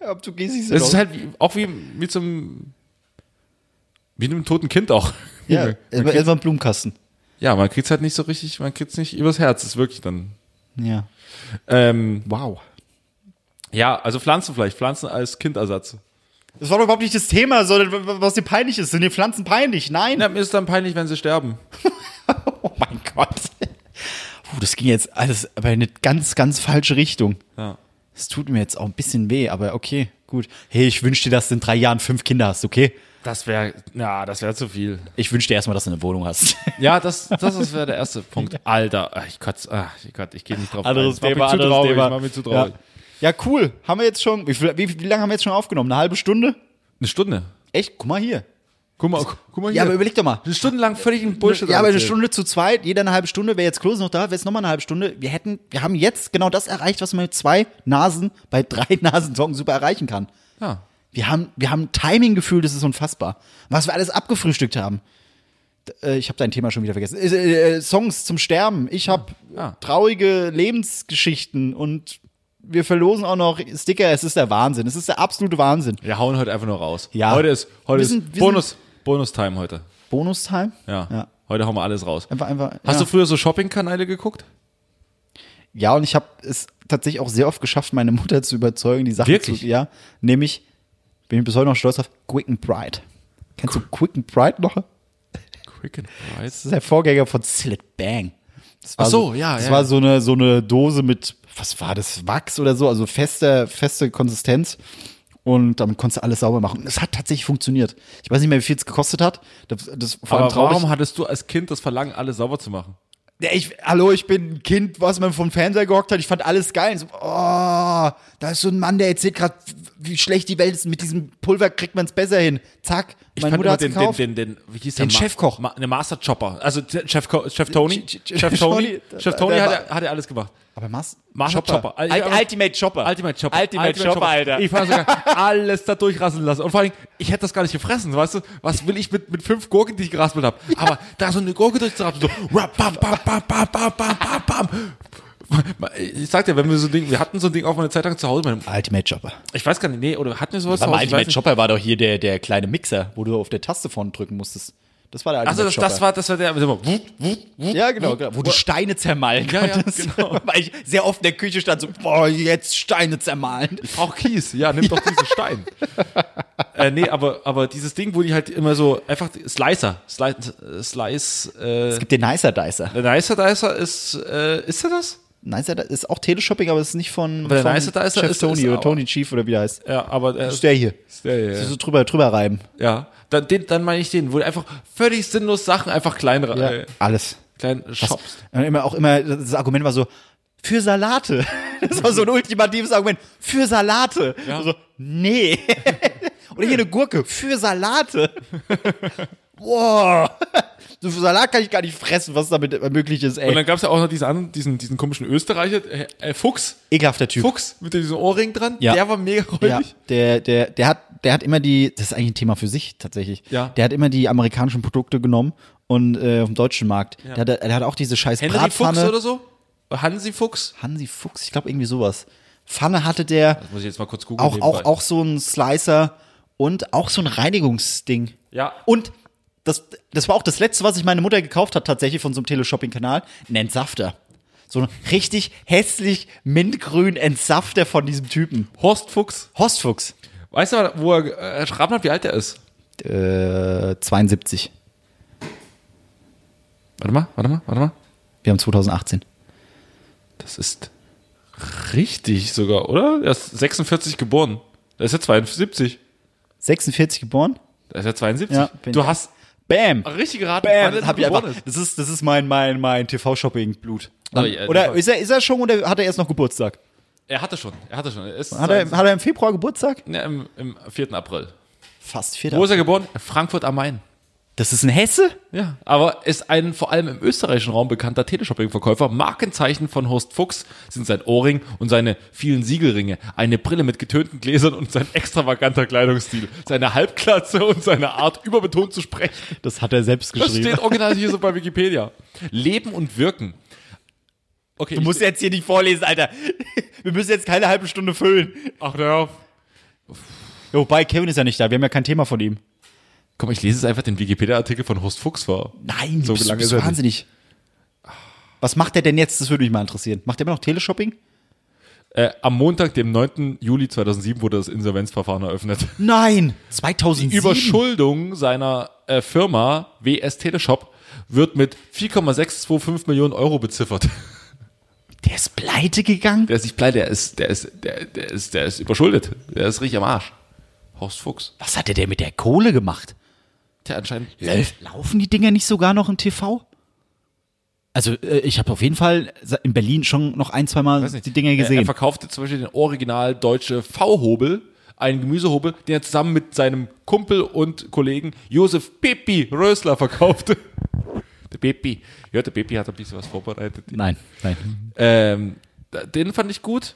S2: Ob du gehst, sie
S1: Es ist halt wie, auch wie, wie zum wie einem toten Kind auch.
S2: Ja, etwa ein Blumenkasten.
S1: ja, man kriegt's halt nicht so richtig, man kriegt's nicht übers Herz, ist wirklich dann.
S2: Ja.
S1: Ähm,
S2: Wow.
S1: ja, also Pflanzen vielleicht, Pflanzen als Kindersatz.
S2: Das war doch überhaupt nicht das Thema, sondern w- w- was dir peinlich ist. Sind dir Pflanzen peinlich? Nein.
S1: Ja, mir ist dann peinlich, wenn sie sterben.
S2: Oh mein Gott. Puh, das ging jetzt alles aber in eine ganz, ganz falsche Richtung.
S1: Ja.
S2: Es tut mir jetzt auch ein bisschen weh, aber okay, gut. Hey, ich wünsche dir, dass du in drei Jahren fünf Kinder hast, okay?
S1: Das wäre, na, das wäre zu viel.
S2: Ich wünsche dir erstmal, dass du eine Wohnung hast.
S1: Ja, das, das ist- wäre der erste Punkt. Alter, ach, ich kotze, ach, ich, Gott, ich gehe nicht drauf
S2: Anderes
S1: ein.
S2: Thema,
S1: mach mich zu
S2: anderes
S1: traurig,
S2: Thema.
S1: mach mich zu traurig.
S2: Ja. ja, cool. Haben wir jetzt schon, wie, viel, wie, wie lange haben wir jetzt schon aufgenommen? Eine halbe Stunde?
S1: Eine Stunde.
S2: Echt? Guck mal hier.
S1: Guck mal, gu- guck mal hier.
S2: Ja, aber überleg doch mal.
S1: Eine Stunde lang völlig ein Bullshit.
S2: ja, aber eine
S1: erzählt.
S2: Stunde zu zweit, jeder eine halbe Stunde, wäre jetzt Klose noch da, wäre es nochmal eine halbe Stunde. Wir hätten, wir haben jetzt genau das erreicht, was man mit zwei Nasen bei drei Nasensongen super erreichen kann.
S1: Ja.
S2: Wir haben, wir haben ein Timing-Gefühl, das ist unfassbar. Was wir alles abgefrühstückt haben. D- äh, Ich habe dein Thema schon wieder vergessen. Äh, äh, äh, Songs zum Sterben. Ich habe
S1: Ah.
S2: traurige Lebensgeschichten und wir verlosen auch noch Sticker. Es ist der Wahnsinn. Es ist der absolute Wahnsinn.
S1: Wir hauen heute einfach nur raus.
S2: Ja.
S1: Heute ist, heute
S2: Wir
S1: ist
S2: sind- wir
S1: Bonus, Bonus-Time heute.
S2: Bonus-Time?
S1: Ja.
S2: ja.
S1: Heute hauen wir alles raus.
S2: Einfach, einfach.
S1: Hast
S2: ja.
S1: du früher so Shopping-Kanäle geguckt?
S2: Ja, und ich habe es tatsächlich auch sehr oft geschafft, meine Mutter zu überzeugen, die Sachen
S1: Wirklich?
S2: zu. Ja, nämlich, bin ich bis heute noch stolz auf, Quick and Bright. Kennst du Quick and Bright noch? Das
S1: Quick and Price.
S2: ist der Vorgänger von Slit Bang. Das war
S1: Ach so, ja,
S2: Das
S1: ja,
S2: war
S1: ja.
S2: so eine, so eine Dose mit, was war das, Wachs oder so, also feste, feste Konsistenz. Und damit konntest du alles sauber machen. Und es hat tatsächlich funktioniert. Ich weiß nicht mehr, wie viel es gekostet hat. Das, das vor allem
S1: Aber
S2: traurig.
S1: warum hattest du als Kind das Verlangen, alles sauber zu machen?
S2: Ja, ich, hallo, ich bin ein Kind, was man vom Fernseher gehockt hat. Ich fand alles geil. So, oh, da ist so ein Mann, der erzählt gerade, wie schlecht die Welt ist. Mit diesem Pulver kriegt man es besser hin. Zack,
S1: Ich
S2: meine
S1: fand
S2: Mutter
S1: immer
S2: hat
S1: den, den,
S2: gekauft.
S1: den, den, wie hieß
S2: Den
S1: der? Ma-
S2: Chefkoch.
S1: Ma ne Master Chopper. Also der Chef, Co- Chef Tony.
S2: Ch- Ch-
S1: Chef Tony.
S2: Tony.
S1: Chef Tony
S2: Der
S1: hat,
S2: war-
S1: er- hat er alles gemacht.
S2: Aber Mas
S1: Master Chopper.
S2: Al-
S1: Ich- aber-
S2: Ultimate Chopper.
S1: Ultimate Chopper.
S2: Ultimate, Chopper, Alter.
S1: Ich fand sogar alles da durchrasseln lassen. Und vor allem, ich hätte das gar nicht gefressen, weißt du? Was will ich mit, mit fünf Gurken, die ich geraspelt habe? Aber da so eine Gurke durchzuraspeln, so rap, bam, bam, bam, bam, bam, bam, bam, bam. Ich sag dir, wenn wir so ein Ding, wir hatten so ein Ding auch mal eine Zeit lang zu Hause. Meine,
S2: Ultimate Chopper.
S1: ich weiß gar nicht, nee, oder hatten wir sowas
S2: Sag
S1: zu
S2: mal,
S1: Hause? Ich weiß
S2: Ultimate
S1: nicht.
S2: Chopper war doch hier der, der kleine Mixer, wo du auf der Taste vorne drücken musstest. Das war der
S1: Achso, Also das, das,
S2: Chopper.
S1: war, das war der. warte mal,
S2: Ja, genau, genau. Wo du Steine zermahlen
S1: Ja, ja,
S2: konntest.
S1: genau.
S2: Weil ich sehr oft in der Küche stand so, boah, jetzt Steine zermahlen.
S1: Ich brauch Kies, ja, nimm doch diesen Stein. äh, nee, aber, aber dieses Ding, wo die halt immer so einfach Slicer, Slice, Slice, äh,
S2: Es gibt den Nicer Dicer.
S1: Nicer Dicer ist, äh, ist er das?
S2: Nicer Dicer ist auch Teleshopping, aber es ist nicht von,
S1: der
S2: von
S1: Nicer Dicer
S2: Chef
S1: ist-
S2: Tony
S1: ist
S2: oder
S1: auch-
S2: Tony Chief oder wie der heißt.
S1: Ja, aber äh,
S2: Das ist der hier.
S1: ist der, ja.
S2: Das ist so drüber, drüber reiben.
S1: ja. Dann, den, dann meine ich den, wo du einfach völlig sinnlos Sachen einfach klein, äh,
S2: Alles.
S1: klein shoppst.
S2: Und immer auch immer, das Argument war so, für Salate. Das war so ein ultimatives Argument. Für Salate.
S1: Ja.
S2: So, nee. Oder hier eine Gurke. Für Salate. Boah. So für Salat kann ich gar nicht fressen, was damit möglich ist,
S1: Und
S2: ey.
S1: dann gab es ja auch noch diesen, an- diesen, diesen komischen Österreicher, äh, äh, Fuchs.
S2: Ekelhafter Typ.
S1: Fuchs mit diesem Ohrring dran.
S2: Ja.
S1: Der war mega
S2: Ja,
S1: räudig.
S2: der, der, der hat, der hat immer die, das ist eigentlich ein Thema für sich tatsächlich.
S1: Ja.
S2: Der hat immer die amerikanischen Produkte genommen und äh, auf dem deutschen Markt. Der, hat, der hat auch diese scheiß
S1: Henry
S2: Bratpfanne.
S1: Fuchs oder so? Hansi Fuchs?
S2: Hansi Fuchs, ich glaube irgendwie sowas. Pfanne hatte der
S1: Das muss ich jetzt mal kurz googeln.
S2: auch, auch,
S1: nebenbei.
S2: auch so einen Slicer und auch so ein Reinigungsding.
S1: Ja.
S2: Und das, das war auch das letzte, was ich meine Mutter gekauft hat, tatsächlich von so einem Teleshopping-Kanal, ein Entsafter. So ein richtig hässlich mintgrün Entsafter von diesem Typen.
S1: Horst Fuchs.
S2: Horst Fuchs.
S1: Weißt du, mal, wo er, äh, schreibt mal, wie alt er ist?
S2: Äh, 72.
S1: Warte mal, warte mal, warte mal.
S2: Wir haben 2018.
S1: Das ist richtig sogar, oder? Er ist 46 geboren. Da ist er 72.
S2: 46 geboren.
S1: Da ist er 72.
S2: Ja, bin
S1: du
S2: ich.
S1: hast
S2: Bam.
S1: richtig geraten,
S2: Bam.
S1: wann er
S2: Hab ich
S1: geboren
S2: einfach,
S1: ist.
S2: das, ist, das ist mein, mein, mein TV-Shopping-Blut.
S1: Aber ja,
S2: Oder
S1: aber-
S2: ist er, ist er schon oder hat er erst noch Geburtstag?
S1: Er hatte schon, er hatte schon. Er ist
S2: Hat er, hat er im Februar Geburtstag?
S1: ne, im, im 4. April.
S2: Fast vier
S1: Wo ist er geboren? Frankfurt am Main.
S2: Das ist ein Hesse?
S1: Ja, aber ist ein vor allem im österreichischen Raum bekannter Teleshopping-Verkäufer. Markenzeichen von Horst Fuchs sind sein Ohrring und seine vielen Siegelringe, eine Brille mit getönten Gläsern und sein extravaganter Kleidungsstil, seine Halbklatze und seine Art, überbetont zu sprechen.
S2: Das hat er selbst
S1: Das
S2: geschrieben.
S1: steht original hier so bei Wikipedia. Leben und Wirken. Okay,
S2: Du musst jetzt hier nicht vorlesen, Alter. Wir müssen jetzt keine halbe Stunde füllen.
S1: Ach, ja.
S2: Ja, Wobei, Kevin ist ja nicht da. Wir haben ja kein Thema von ihm.
S1: Komm, ich lese jetzt einfach den Wikipedia-Artikel von Horst Fuchs vor.
S2: Nein,
S1: So
S2: so bist,
S1: lange
S2: bist
S1: ist er
S2: wahnsinnig. Was macht er denn jetzt? Das würde mich mal interessieren. Macht er immer noch Teleshopping?
S1: Äh, am Montag, dem 9. Juli 2007, wurde das Insolvenzverfahren eröffnet.
S2: Nein! 2007.
S1: Überschuldung seiner äh, Firma WS Teleshop wird mit 4,625 Millionen Euro beziffert.
S2: Der ist pleite gegangen?
S1: Der ist nicht pleite, der ist, der ist, der, der ist, der ist überschuldet. Der ist richtig am Arsch. Horst Fuchs.
S2: Was hatte der mit der Kohle gemacht?
S1: Der anscheinend.
S2: Laufen die Dinger nicht sogar noch im TV? Also, äh, ich habe auf jeden Fall in Berlin schon noch ein, zweimal
S1: Weiß nicht. Äh,
S2: die Dinger
S1: Er,
S2: gesehen.
S1: er verkaufte zum Beispiel den original deutsche V-Hobel, einen Gemüsehobel, den er zusammen mit seinem Kumpel und Kollegen Josef Pippi Rösler verkaufte. Der Pippi. Ja, der Pippi hat ein bisschen was vorbereitet.
S2: nein, nein.
S1: Ähm, den fand ich gut.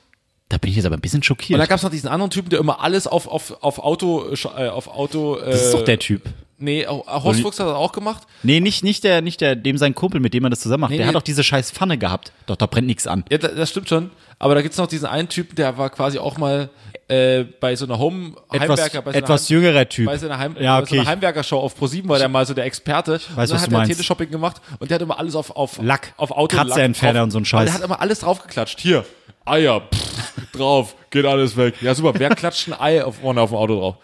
S2: Da bin ich jetzt aber ein bisschen schockiert.
S1: Und da gab es noch diesen anderen Typen, der immer alles auf, auf, auf Auto. Äh, auf Auto äh,
S2: das ist doch der Typ.
S1: Nee, auch- auch Horst Fuchs hat das auch gemacht.
S2: Nee, nicht, nicht, der, nicht der, dem sein Kumpel, mit dem man das zusammen macht.
S1: Nee,
S2: der
S1: nee.
S2: hat doch diese scheiß Pfanne gehabt. Doch, da brennt nichts an.
S1: Ja, da- das stimmt schon. Aber da gibt es noch diesen einen Typen, der war quasi auch mal äh, bei so einer Home
S2: Etwas,
S1: Heimwerker, bei so einer
S2: etwas
S1: Heim-
S2: jüngerer Typ.
S1: bei so einer, Heim
S2: ja,
S1: bei so
S2: okay.
S1: einer Heimwerkershow auf ProSieben war der mal so der Experte. und
S2: weiß,
S1: dann
S2: was
S1: hat
S2: du
S1: er
S2: meinst.
S1: Teleshopping gemacht und der hat immer alles auf, auf
S2: Lack,
S1: auf Auto
S2: Kratzerentferner und so ein Scheiß.
S1: Der hat immer alles draufgeklatscht. Hier, Eier, pff, drauf, geht alles weg. Ja, super. Wer klatscht ein Ei auf, vorne auf dem Auto drauf?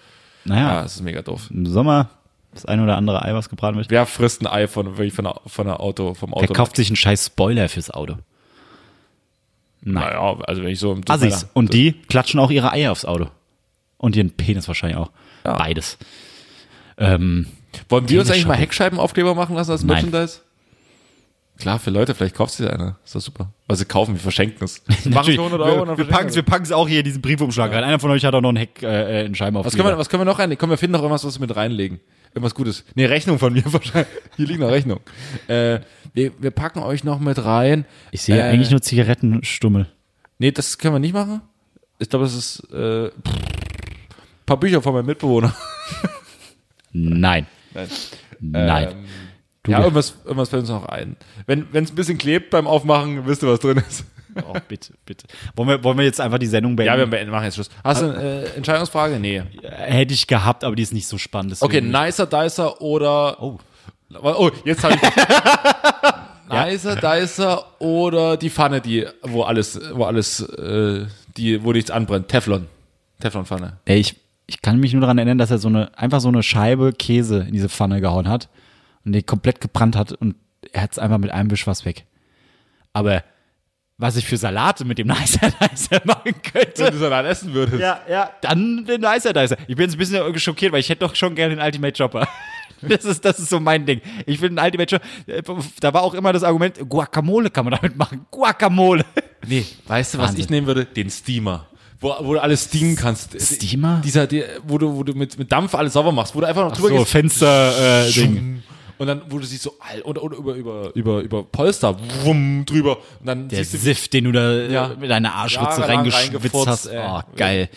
S2: naja,
S1: Ja, das ist mega doof.
S2: im Sommer das ein oder andere Ei, was gebraten wird.
S1: Wer frisst ein Ei von, wirklich von, der, von der Auto, vom Auto?
S2: Der kauft sich einen scheiß Spoiler fürs Auto.
S1: Naja, also wenn ich so im
S2: Assis. Und die klatschen auch ihre Eier aufs Auto. Und ihren Penis wahrscheinlich auch.
S1: Ja.
S2: Beides. Ähm,
S1: Wollen wir uns eigentlich mal
S2: Teleshopping.
S1: Heckscheibenaufkleber machen lassen als
S2: Nein.
S1: Merchandise? Klar, für Leute, vielleicht kaufst du dir eine. Ist doch super. Weil sie kaufen, wir verschenken es. Wir Machen
S2: natürlich,
S1: für 100 Euro und
S2: wir,
S1: dann
S2: wir,
S1: verschenken
S2: packen's, wir packen's auch hier in diesen Briefumschlag rein. Einer von euch hat auch noch einen Heck, äh, einen Scheiben
S1: Was können, wir, was können wir noch reinlegen? Komm, wir finden noch irgendwas, was wir mit reinlegen. Irgendwas Gutes. Nee, Rechnung von mir wahrscheinlich. Hier liegt noch Rechnung. Äh, wir, wir packen euch noch mit rein.
S2: Ich sehe
S1: äh,
S2: eigentlich nur Zigarettenstummel.
S1: Nee, das können wir nicht machen. Ich glaube, das ist äh, pff, paar Bücher von meinem Mitbewohner.
S2: Nein. Nein. Nein.
S1: Ähm,
S2: Du,
S1: ja,
S2: wir-
S1: irgendwas, irgendwas fällt uns noch ein. Wenn es ein bisschen klebt beim Aufmachen, wisst ihr, was drin ist.
S2: Oh, bitte, bitte. Wollen wir, wollen wir jetzt einfach die Sendung
S1: Ähm. Ja, wir
S2: beenden? Äh,
S1: beenden- machen jetzt Schluss. Hast du eine äh, Entscheidungsfrage? Nee.
S2: Hätte ich gehabt, aber die ist nicht so spannend. deswegen-
S1: Okay, Nicer Dicer oder
S2: Oh.
S1: Oh, jetzt habe ich. Da ist er, da ist er. Oder die Pfanne, die, wo alles, wo alles, äh, die, wo nichts anbrennt. Teflon. Teflonpfanne.
S2: Ey, ich, ich kann mich nur daran erinnern, dass er so eine, einfach so eine Scheibe Käse in diese Pfanne gehauen hat und die komplett gebrannt hat und er hat es einfach mit einem Wisch was weg. Aber was ich für Salate mit dem Nicer Dicer machen könnte.
S1: du Salat essen würdest.
S2: Ja, ja. Dann den Nicer Dicer. Ich bin jetzt ein bisschen schockiert, weil ich hätte doch schon gerne den Ultimate Chopper. Das ist, das ist so mein Ding. Ich finde einen Ultimate Chopper. äh, Da war auch immer das Argument, Guacamole kann man damit machen. Guacamole.
S1: Nee, weißt du, was
S2: Wahnsinn.
S1: ich nehmen würde? Den Steamer. Wo, wo du alles steamen kannst.
S2: Steamer?
S1: Dieser, die, wo du, wo du mit, mit Dampf alles sauber machst, wo du einfach noch drüber gehst.
S2: Fenster, äh, Ding.
S1: Schwung. Und dann, wo du siehst so, all- oder, oder über, über, über, über Polster, wumm, drüber. Und dann
S2: Der
S1: siehst du,
S2: Siff, den du da äh,
S1: Ja.
S2: mit deiner Arschritze
S1: Jahrelang
S2: reingeschwitzt
S1: reingefurzt,
S2: hast.
S1: ey.
S2: Oh, geil.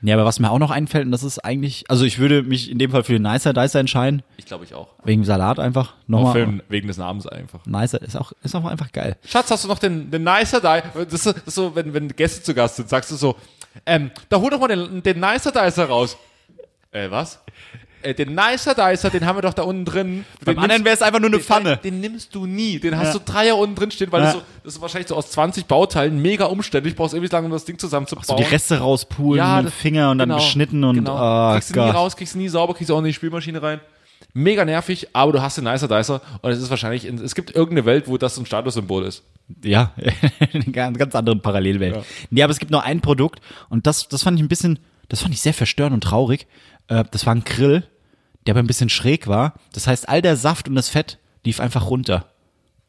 S2: Nee, aber was mir auch noch einfällt, und das ist eigentlich, also ich würde mich in dem Fall für den Nicer Dicer entscheiden,
S1: ich glaube, ich auch.
S2: wegen Salat einfach.
S1: Auch
S2: Nochmal.
S1: Film, wegen des Namens einfach.
S2: Nicer ist auch, ist auch einfach geil.
S1: Schatz, hast du noch den, den Nicer Dicer? Das ist so- das ist so, wenn, wenn Gäste zu Gast sind, sagst du so, ähm, da hol doch mal den, den Nicer Dicer raus. Äh, was? Äh, den Nicer Dicer, den haben wir doch da unten drin.
S2: Beim
S1: Den
S2: anderen wäre es einfach nur eine
S1: den,
S2: Pfanne.
S1: Den nimmst du nie. Den hast du drei Jahre unten drin stehen, weil
S2: Ja.
S1: das, so, das ist wahrscheinlich so aus 20 Bauteilen mega umständlich. Brauchst ewig lange, um das Ding zusammenzubauen.
S2: So die Reste rauspulen mit dem
S1: das-
S2: Finger und dann
S1: genau,
S2: beschnitten und
S1: genau.
S2: oh
S1: kriegst du nie
S2: Gott.
S1: raus, kriegst du nie sauber, kriegst du auch in die Spülmaschine rein. Mega nervig, aber du hast den Nicer Dicer und es ist wahrscheinlich, es gibt irgendeine Welt, wo das so ein Statussymbol ist.
S2: Ja, eine ganz, ganz andere Parallelwelt. Nee, aber es gibt noch ein Produkt und das, das fand ich ein bisschen, das fand ich sehr verstörend und traurig. Äh, das war ein Grill, der aber ein bisschen schräg war. Das heißt, all der Saft und das Fett lief einfach runter.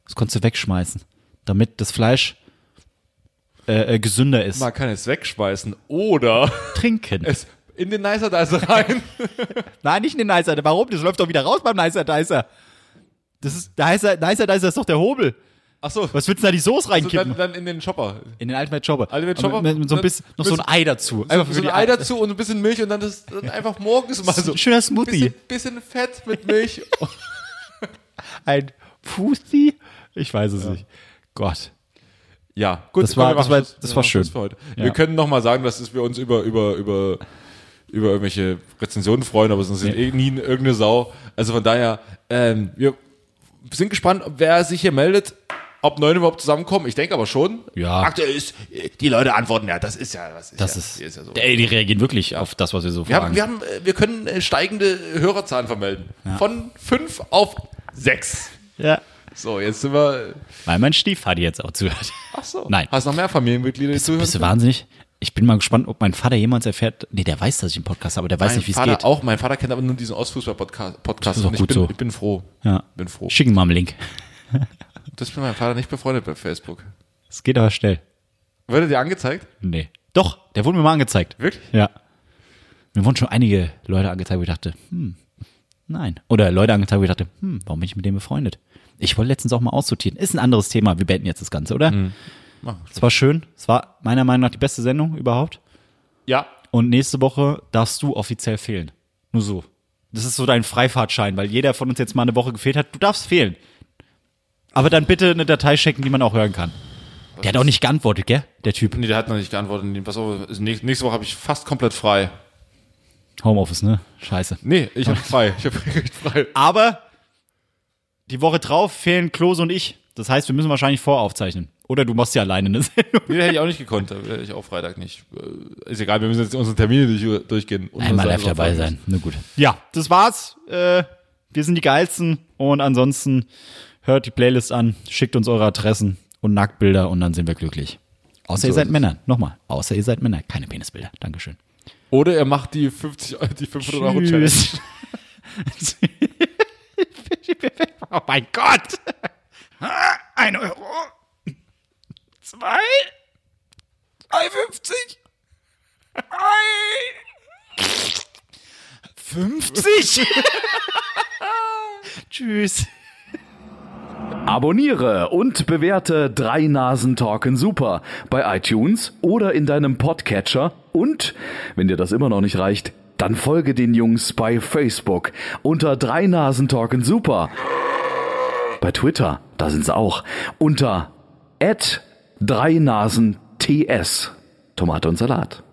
S2: Das konntest du wegschmeißen, damit das Fleisch äh, äh, gesünder ist.
S1: Man kann es wegschmeißen oder
S2: trinken.
S1: es in den Nicer Dicer rein.
S2: Nein, nicht in den Nicer. Warum? Das läuft doch wieder raus beim Nicer Dicer. Das ist, der Nicer, Nicer Dicer ist doch der Hobel.
S1: Achso,
S2: Was willst du da die Soße
S1: so
S2: reinkippen?
S1: Also dann, dann in den Chopper.
S2: in den Ultimate Chopper.
S1: Ultimate Chopper?
S2: Mit, mit so ein bisschen, noch so ein Ei dazu. Einfach für
S1: so
S2: die
S1: ein Ei dazu und ein bisschen Milch und dann, das, dann einfach morgens mal so.
S2: Ein schöner Smoothie.
S1: Bisschen, bisschen Fett mit Milch.
S2: Ein Pussy? Ich weiß es nicht. Gott.
S1: Ja, gut,
S2: Das war-
S1: komm, wir
S2: das
S1: machen
S2: war-
S1: Schluss.
S2: das
S1: Wir
S2: war
S1: machen
S2: schön.
S1: Schluss Für heute.
S2: Ja.
S1: Wir können noch mal sagen, dass es wir uns über, über, über, über irgendwelche Rezensionen freuen, aber sonst sind eh nie irgendeine Sau. Also von daher, ähm, wir sind gespannt, wer sich hier meldet, ob neun überhaupt zusammenkommen. Ich denke aber schon.
S2: Ja.
S1: Aktuell ist, äh, die Leute antworten ja, das ist ja, das ist
S2: Das
S1: ja,
S2: ist,
S1: ja so.
S2: Ey, die reagieren wirklich auf das, was wir so
S1: Wir, haben,
S2: fragen.
S1: wir, haben, äh, wir können äh, steigende Hörerzahlen vermelden. Von fünf auf sechs.
S2: ja.
S1: So, jetzt sind wir.
S2: Weil mein Stiefvater jetzt auch zuhört.
S1: Ach so.
S2: Nein.
S1: Hast noch mehr Familienmitglieder, die zuhören?
S2: Bist du wahnsinnig? Ich bin mal gespannt, ob mein Vater jemals erfährt. Nee, der weiß, dass ich einen Podcast habe, aber der weiß
S1: mein
S2: nicht, wie es
S1: Vater
S2: geht.
S1: auch. Mein Vater kennt aber nur diesen Ostfußball-Podcast. Podcast.
S2: ist auch
S1: Und ich,
S2: gut
S1: bin,
S2: so.
S1: ich bin froh.
S2: Ja.
S1: Bin froh.
S2: Schicken wir mal einen Link.
S1: Das bin mein Vater nicht befreundet bei Facebook.
S2: Es geht aber schnell.
S1: Würde dir angezeigt?
S2: Nee. Doch, der wurde mir mal angezeigt.
S1: Wirklich?
S2: Ja. Mir wurden schon einige Leute angezeigt, wo ich dachte, hm, nein. Oder Leute angezeigt, wo ich dachte, hm, warum bin ich mit dem befreundet? Ich wollte letztens auch mal aussortieren. Ist ein anderes Thema. Wir beenden jetzt das Ganze, oder? Es war schön. Es war meiner Meinung nach die beste Sendung überhaupt.
S1: Ja.
S2: Und nächste Woche darfst du offiziell fehlen. Nur so. Das ist so dein Freifahrtschein, weil jeder von uns jetzt mal eine Woche gefehlt hat. Du darfst fehlen. Aber dann bitte eine Datei schicken, die man auch hören kann. Der hat auch nicht geantwortet, gell? Der Typ.
S1: Nee, der hat noch nicht geantwortet. Pass auf, ist nächst- nächste Woche habe ich fast komplett frei.
S2: Homeoffice, ne? Scheiße.
S1: Nee, ich habe frei. Ich habe recht frei.
S2: Aber die Woche drauf fehlen Klose und ich. Das heißt, wir müssen wahrscheinlich voraufzeichnen. Oder du machst ja alleine eine Sendung.
S1: Nee, hätte ich auch nicht gekonnt. Da wäre ich auch Freitag nicht. Äh, Ist egal, wir müssen jetzt unsere Termine durch, durchgehen. Und
S2: Einmal
S1: das
S2: live
S1: einfach
S2: dabei
S1: freuen.
S2: sein. Na gut. Ja, das war's. Äh, wir sind die Geilsten. Und ansonsten hört die Playlist an, schickt uns eure Adressen und Nacktbilder und dann sind wir glücklich. Außer ihr
S1: So
S2: seid
S1: ist es.
S2: Männer. Nochmal. Außer ihr seid Männer. Keine Penisbilder. Dankeschön.
S1: Oder er macht die 50, Euro- die 500 Euro Challenge.
S2: oh mein Gott. Ein Euro. Zwei.
S1: 3,50?
S2: 50. Tschüss.
S4: Abonniere und bewerte Drei Nasen Talken Super bei iTunes oder in deinem Podcatcher und, wenn dir das immer noch nicht reicht, dann folge den Jungs bei Facebook unter Drei Nasen Talken Super. Bei Twitter, da sind sie auch, unter @dreinasen_ts Tomate und Salat.